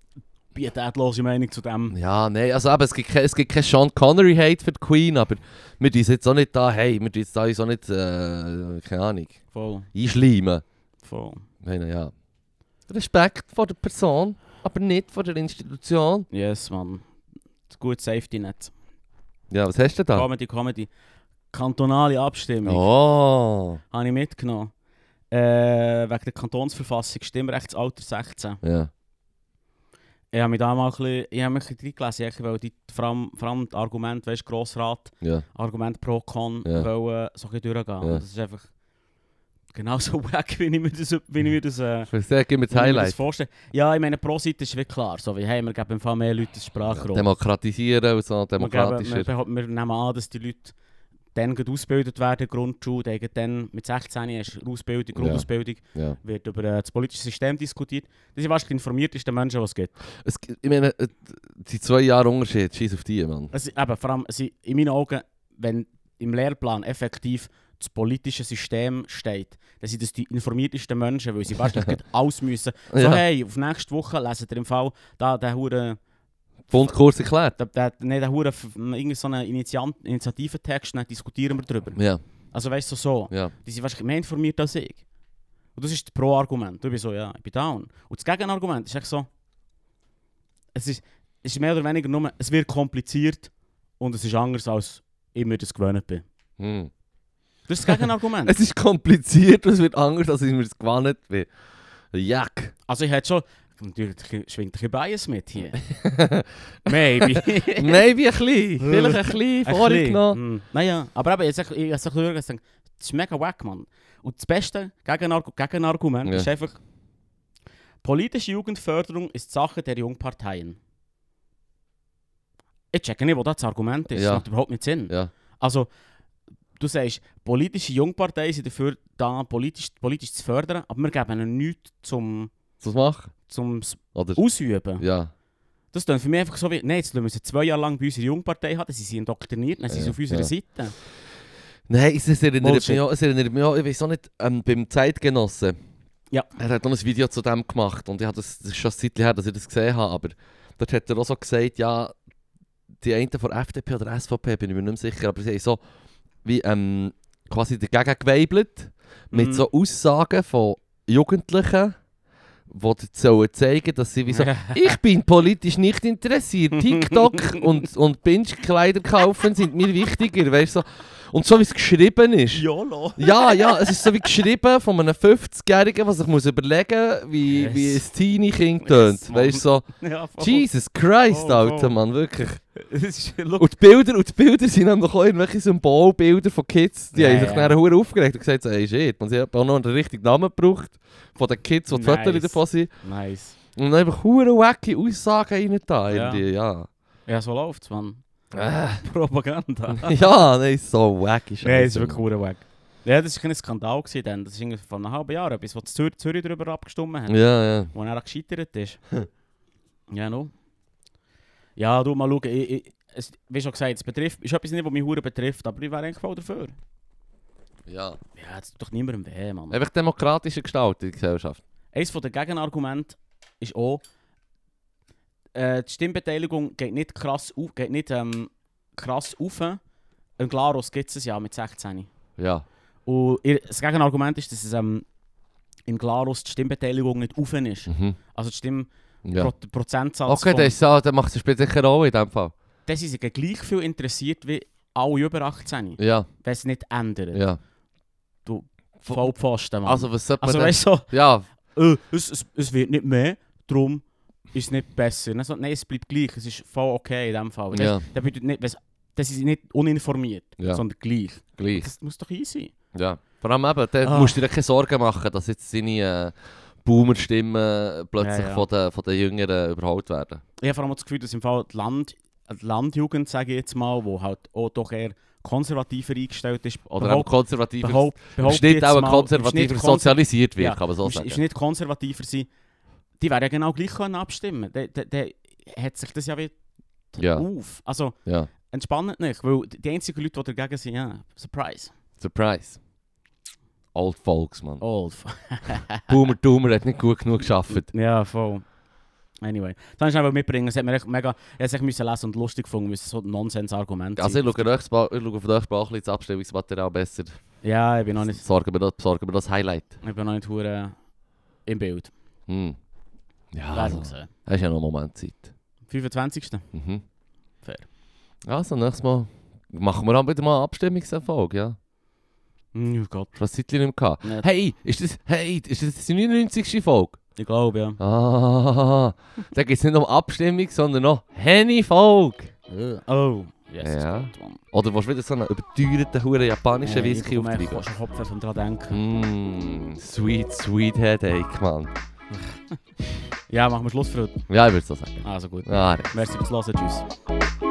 Speaker 1: pietätlose Meinung zu dem.
Speaker 2: Ja, nein, also eben, es gibt, ke- es gibt keinen Sean Connery-Hate für die Queen, aber wir tun uns jetzt auch nicht da, hey, wir tun uns da uns auch nicht, äh, keine Ahnung,
Speaker 1: Voll,
Speaker 2: einschleimen.
Speaker 1: voll.
Speaker 2: Ich meine, ja. Respekt vor der Person, aber nicht vor der Institution.
Speaker 1: Yes, Mann. Das gute Safety-Netz.
Speaker 2: Ja, was hast du da?
Speaker 1: Comedy, Comedy. Kantonale Abstimmung.
Speaker 2: Oh,
Speaker 1: habe ich mitgenommen. Äh, wegen der Kantonsverfassung, Stimmrechtsalter 16.
Speaker 2: ja.
Speaker 1: Ich habe mich da mal ein bisschen, ich habe mich ein bisschen reingelesen, ich wollte die, vor allem, vor allem das Argument, weißt du, Grossrat,
Speaker 2: ja.
Speaker 1: Argument pro Con,
Speaker 2: Ja.
Speaker 1: wollen, so ein bisschen durchgehen.
Speaker 2: Ja.
Speaker 1: Und Das ist einfach genau so *laughs* weg, wie ich mir das, wie ich mir das, äh,
Speaker 2: Ich würde sagen, gib mir
Speaker 1: wie ich
Speaker 2: das
Speaker 1: mir das
Speaker 2: Highlight.
Speaker 1: vorstelle. Ja, ich meine, pro Seite ist wie klar, so wie, hey, wir geben im Fall mehr Leute das Sprachrohr.
Speaker 2: Demokratisieren und so,
Speaker 1: Wir, geben, ne? wir,
Speaker 2: demokratischer.
Speaker 1: behaupten- wir nehmen an, dass die Leute dann gut ausgebildet werden, in der Grundschule, die haben dann mit 16 ist Ausbildung,
Speaker 2: Ja.
Speaker 1: Grundausbildung.
Speaker 2: Ja.
Speaker 1: wird über äh, das politische System diskutiert. Das sind wahrscheinlich die informiertesten Menschen, die es gibt.
Speaker 2: Es, gibt- ich meine, äh, die zwei Jahre Unterschied, scheiß auf die, Mann.
Speaker 1: Also, eben, vor allem, sie, in meinen Augen, wenn im Lehrplan effektiv das politische System steht, dann sind das die informiertesten Menschen, weil sie wahrscheinlich nicht alles müssen. So,
Speaker 2: Ja.
Speaker 1: hey, auf nächste Woche lesen ihr im Fall da, der Hure,
Speaker 2: Bundkurs erklärt.
Speaker 1: der, der, nee, der Hure, irgendeinen so einen Initian- Initiativentext, dann diskutieren wir drüber.
Speaker 2: Ja,
Speaker 1: Also, weißt du, so.
Speaker 2: ja.
Speaker 1: Die sind wahrscheinlich mehr informiert als ich. Und das ist das Pro-Argument. Du bist so, ja, ich bin down. Und das Gegenargument ist echt so. Es ist, es ist mehr oder weniger nur, es wird kompliziert und es ist anders, als ich mir das gewöhnt bin.
Speaker 2: Hm.
Speaker 1: Das ist das Gegenargument.
Speaker 2: *laughs* Es ist kompliziert und es wird anders, als ich mir das gewohnt bin. *laughs* Jack.
Speaker 1: also ich hätte schon. Natürlich schwingt ein bisschen Bias mit hier. Maybe.
Speaker 2: Maybe ein bisschen. Vielleicht ein Hm. bisschen vorgenommen.
Speaker 1: Mm. Naja, aber eben, jetzt, ich habe es gedacht, das ist mega wack, Mann. Und das beste Gegenar- Gegenargument
Speaker 2: Ja.
Speaker 1: ist einfach, politische Jugendförderung ist Sache der Jungparteien. Ich checke nicht, wo das Argument ist.
Speaker 2: Ja.
Speaker 1: Das macht überhaupt nicht Sinn.
Speaker 2: Ja.
Speaker 1: Also, du sagst, politische Jungparteien sind dafür da, politisch, politisch zu fördern, aber wir geben ihnen nichts zum,
Speaker 2: Was machen?
Speaker 1: zum
Speaker 2: Oder?
Speaker 1: Ausüben.
Speaker 2: Ja.
Speaker 1: Das klingt für mich einfach so wie, nein, jetzt lassen wir sie zwei Jahre lang bei unserer Jungpartei haben, dann sind sie indoktriniert, dann sind sie
Speaker 2: Ja,
Speaker 1: auf unserer
Speaker 2: ja.
Speaker 1: Seite.
Speaker 2: Nein, es, es, erinnert
Speaker 1: Bullshit.
Speaker 2: mich auch, es erinnert mich auch, ich weiß auch nicht, ähm, beim Zeitgenossen.
Speaker 1: Ja.
Speaker 2: Er hat auch ein Video zu dem gemacht und ich habe das, das ist schon ein Zeitchen her, dass ich das gesehen habe, aber dort hat er auch so gesagt, ja, die einen von FDP oder SVP, bin ich mir nicht mehr sicher, aber sie haben so wie ähm, quasi dagegen geweibelt mit
Speaker 1: Mhm.
Speaker 2: so Aussagen von Jugendlichen, die dir sollen zeigen, dass sie wie so *laughs* Ich bin politisch nicht interessiert. TikTok und, und Binge-Kleider kaufen sind mir wichtiger. Weißt, du, so. Und so wie es geschrieben ist.
Speaker 1: YOLO.
Speaker 2: Ja, ja, es ist so wie geschrieben von einem 50-Jährigen, der sich muss überlegen muss, wie,
Speaker 1: Yes.
Speaker 2: wie ein Teenie-Kind tönt.
Speaker 1: Yes, Oh.
Speaker 2: weißt du, so,
Speaker 1: Ja, voll. *laughs*
Speaker 2: Jesus Christ,
Speaker 1: Oh,
Speaker 2: Alter,
Speaker 1: voll.
Speaker 2: Mann, wirklich.
Speaker 1: Das
Speaker 2: *laughs*
Speaker 1: ist, look,
Speaker 2: Und die Bilder, und die Bilder sind nämlich auch irgendwelche Symbolbilder von Kids, die
Speaker 1: Ja,
Speaker 2: haben sich
Speaker 1: ja.
Speaker 2: nachher hure aufgeregt und gesagt, so, ey, shit, man sie hat auch noch einen richtigen Namen gebraucht von den Kids, die die
Speaker 1: Nice.
Speaker 2: Fotos davon sind.
Speaker 1: nice.
Speaker 2: Und einfach hure wacky Aussagen rein da,
Speaker 1: Ja.
Speaker 2: irgendwie, ja.
Speaker 1: Ja, so läuft's, Mann.
Speaker 2: Äh,
Speaker 1: *laughs* Propaganda.
Speaker 2: *laughs* ja, nein, so wack ist
Speaker 1: Nein, das ist wirklich verdammt weg. Ja, das war ein Skandal gewesen dann. Das ist irgendwie vor einem halben Jahr etwas, wo die Zür Zürich darüber abgestimmt haben,
Speaker 2: Ja, Hm. ja.
Speaker 1: wo er auch gescheitert ist. ja, no. Ja, du, mal schauen. Ich, ich, es, wie schon gesagt, es betrifft, ist etwas nicht, was mich hure betrifft, aber ich wäre eigentlich voll dafür.
Speaker 2: ja.
Speaker 1: Ja, das tut doch niemandem weh, Mann.
Speaker 2: Einfach demokratische Gestaltung der Gesellschaft.
Speaker 1: Eines der Gegenargumente ist auch, äh, die Stimmbeteiligung geht nicht krass auf, geht nicht, ähm, krass auf. In Glarus gibt es ja mit 16.
Speaker 2: Ja.
Speaker 1: Und ihr, das Gegenargument ist, dass es ähm, in Glarus die Stimmbeteiligung nicht offen ist.
Speaker 2: Mhm.
Speaker 1: Also die Stimm
Speaker 2: ja.
Speaker 1: Pro der Prozentsatz
Speaker 2: Okay,
Speaker 1: von...
Speaker 2: das, ist so, das macht es später sicher auch in dem Fall.
Speaker 1: Das ist ja gleich viel interessiert wie alle über 18,
Speaker 2: Ja,
Speaker 1: wenn es nicht ändert.
Speaker 2: ja.
Speaker 1: Voll Pfosten, Mann. Also,
Speaker 2: Also, was sollte man
Speaker 1: also
Speaker 2: denn-
Speaker 1: weißt du,
Speaker 2: Ja,
Speaker 1: so, äh, es, es, es wird nicht mehr, darum ist es nicht besser. Dann so, nein, es bleibt gleich, es ist voll okay in dem Fall. Weißt,
Speaker 2: Ja.
Speaker 1: Das bedeutet nicht, weißt, das ist nicht uninformiert,
Speaker 2: Ja.
Speaker 1: sondern gleich.
Speaker 2: gleich.
Speaker 1: Das muss doch easy sein.
Speaker 2: Ja. Vor allem eben, da
Speaker 1: Ah.
Speaker 2: musst du dir keine Sorgen machen, dass jetzt seine äh, Boomer-Stimmen plötzlich
Speaker 1: Ja, ja.
Speaker 2: Von, den, von den Jüngeren überholt werden.
Speaker 1: Ich habe vor allem auch das Gefühl, dass im Fall die, Land, die Landjugend, sage ich jetzt mal, wo halt auch doch eher konservativer eingestellt ist,
Speaker 2: Oder eben konservativer.
Speaker 1: behaupt,
Speaker 2: Im
Speaker 1: behaupt
Speaker 2: Schnitt auch ein
Speaker 1: konservativ
Speaker 2: konservativer sozialisiert wird, kann man so
Speaker 1: ist,
Speaker 2: sagen.
Speaker 1: ist nicht konservativer sein. Die wären ja genau gleich können abstimmen können. Dann dann hat sich das ja wieder
Speaker 2: Ja.
Speaker 1: auf. Also
Speaker 2: ja.
Speaker 1: entspannt nicht, weil die einzigen Leute, die dagegen sind, ja, surprise.
Speaker 2: Surprise. Old Folks, man.
Speaker 1: Old.
Speaker 2: Oh,
Speaker 1: *laughs*
Speaker 2: Boomer Doomer hat nicht gut genug geschafft.
Speaker 1: ja, voll. Anyway, das wollte ich mitbringen. Es hat mir echt mega, ich musste es echt müssen lesen und lustig gefunden, weil es so ein Nonsens-Argument
Speaker 2: *laughs* Also ich schaue, nächstes Mal, ich schaue auf nächstes Mal ein bisschen das Abstimmungsmaterial besser.
Speaker 1: Ja, ich bin noch nicht,
Speaker 2: Sorgen wir das, sorgen wir das Highlight.
Speaker 1: ich bin noch nicht hure im Bild.
Speaker 2: Hm. Ja,
Speaker 1: Also.
Speaker 2: also, hast ja noch einen Moment Zeit.
Speaker 1: 25.
Speaker 2: Mhm.
Speaker 1: Fair.
Speaker 2: Also, nächstes Mal machen wir dann wieder mal einen Abstimmungserfolg, ja?
Speaker 1: Mm, Oh Gott.
Speaker 2: Schon seit nicht gehabt.
Speaker 1: Nicht.
Speaker 2: Hey, ist das, hey, ist das die 99. Folge?
Speaker 1: Ich glaube, ja.
Speaker 2: Ah, *laughs* da geht es nicht um Abstimmung, sondern noch Henny-Folge.
Speaker 1: Oh, yes,
Speaker 2: Ja.
Speaker 1: ist gut, Mann.
Speaker 2: Oder willst du wieder so einen überteuerten, huren japanischen
Speaker 1: Hey,
Speaker 2: Whisky
Speaker 1: ich komme echt
Speaker 2: auftreiben?
Speaker 1: fast am Kopf, wenn ich dran denke.
Speaker 2: Mmm, sweet, sweet headache, Mann.
Speaker 1: Ja, machen wir Schluss für heute.
Speaker 2: Ja, ich würde so sagen.
Speaker 1: Also gut.
Speaker 2: Ah,
Speaker 1: Merci fürs Hören. Tschüss.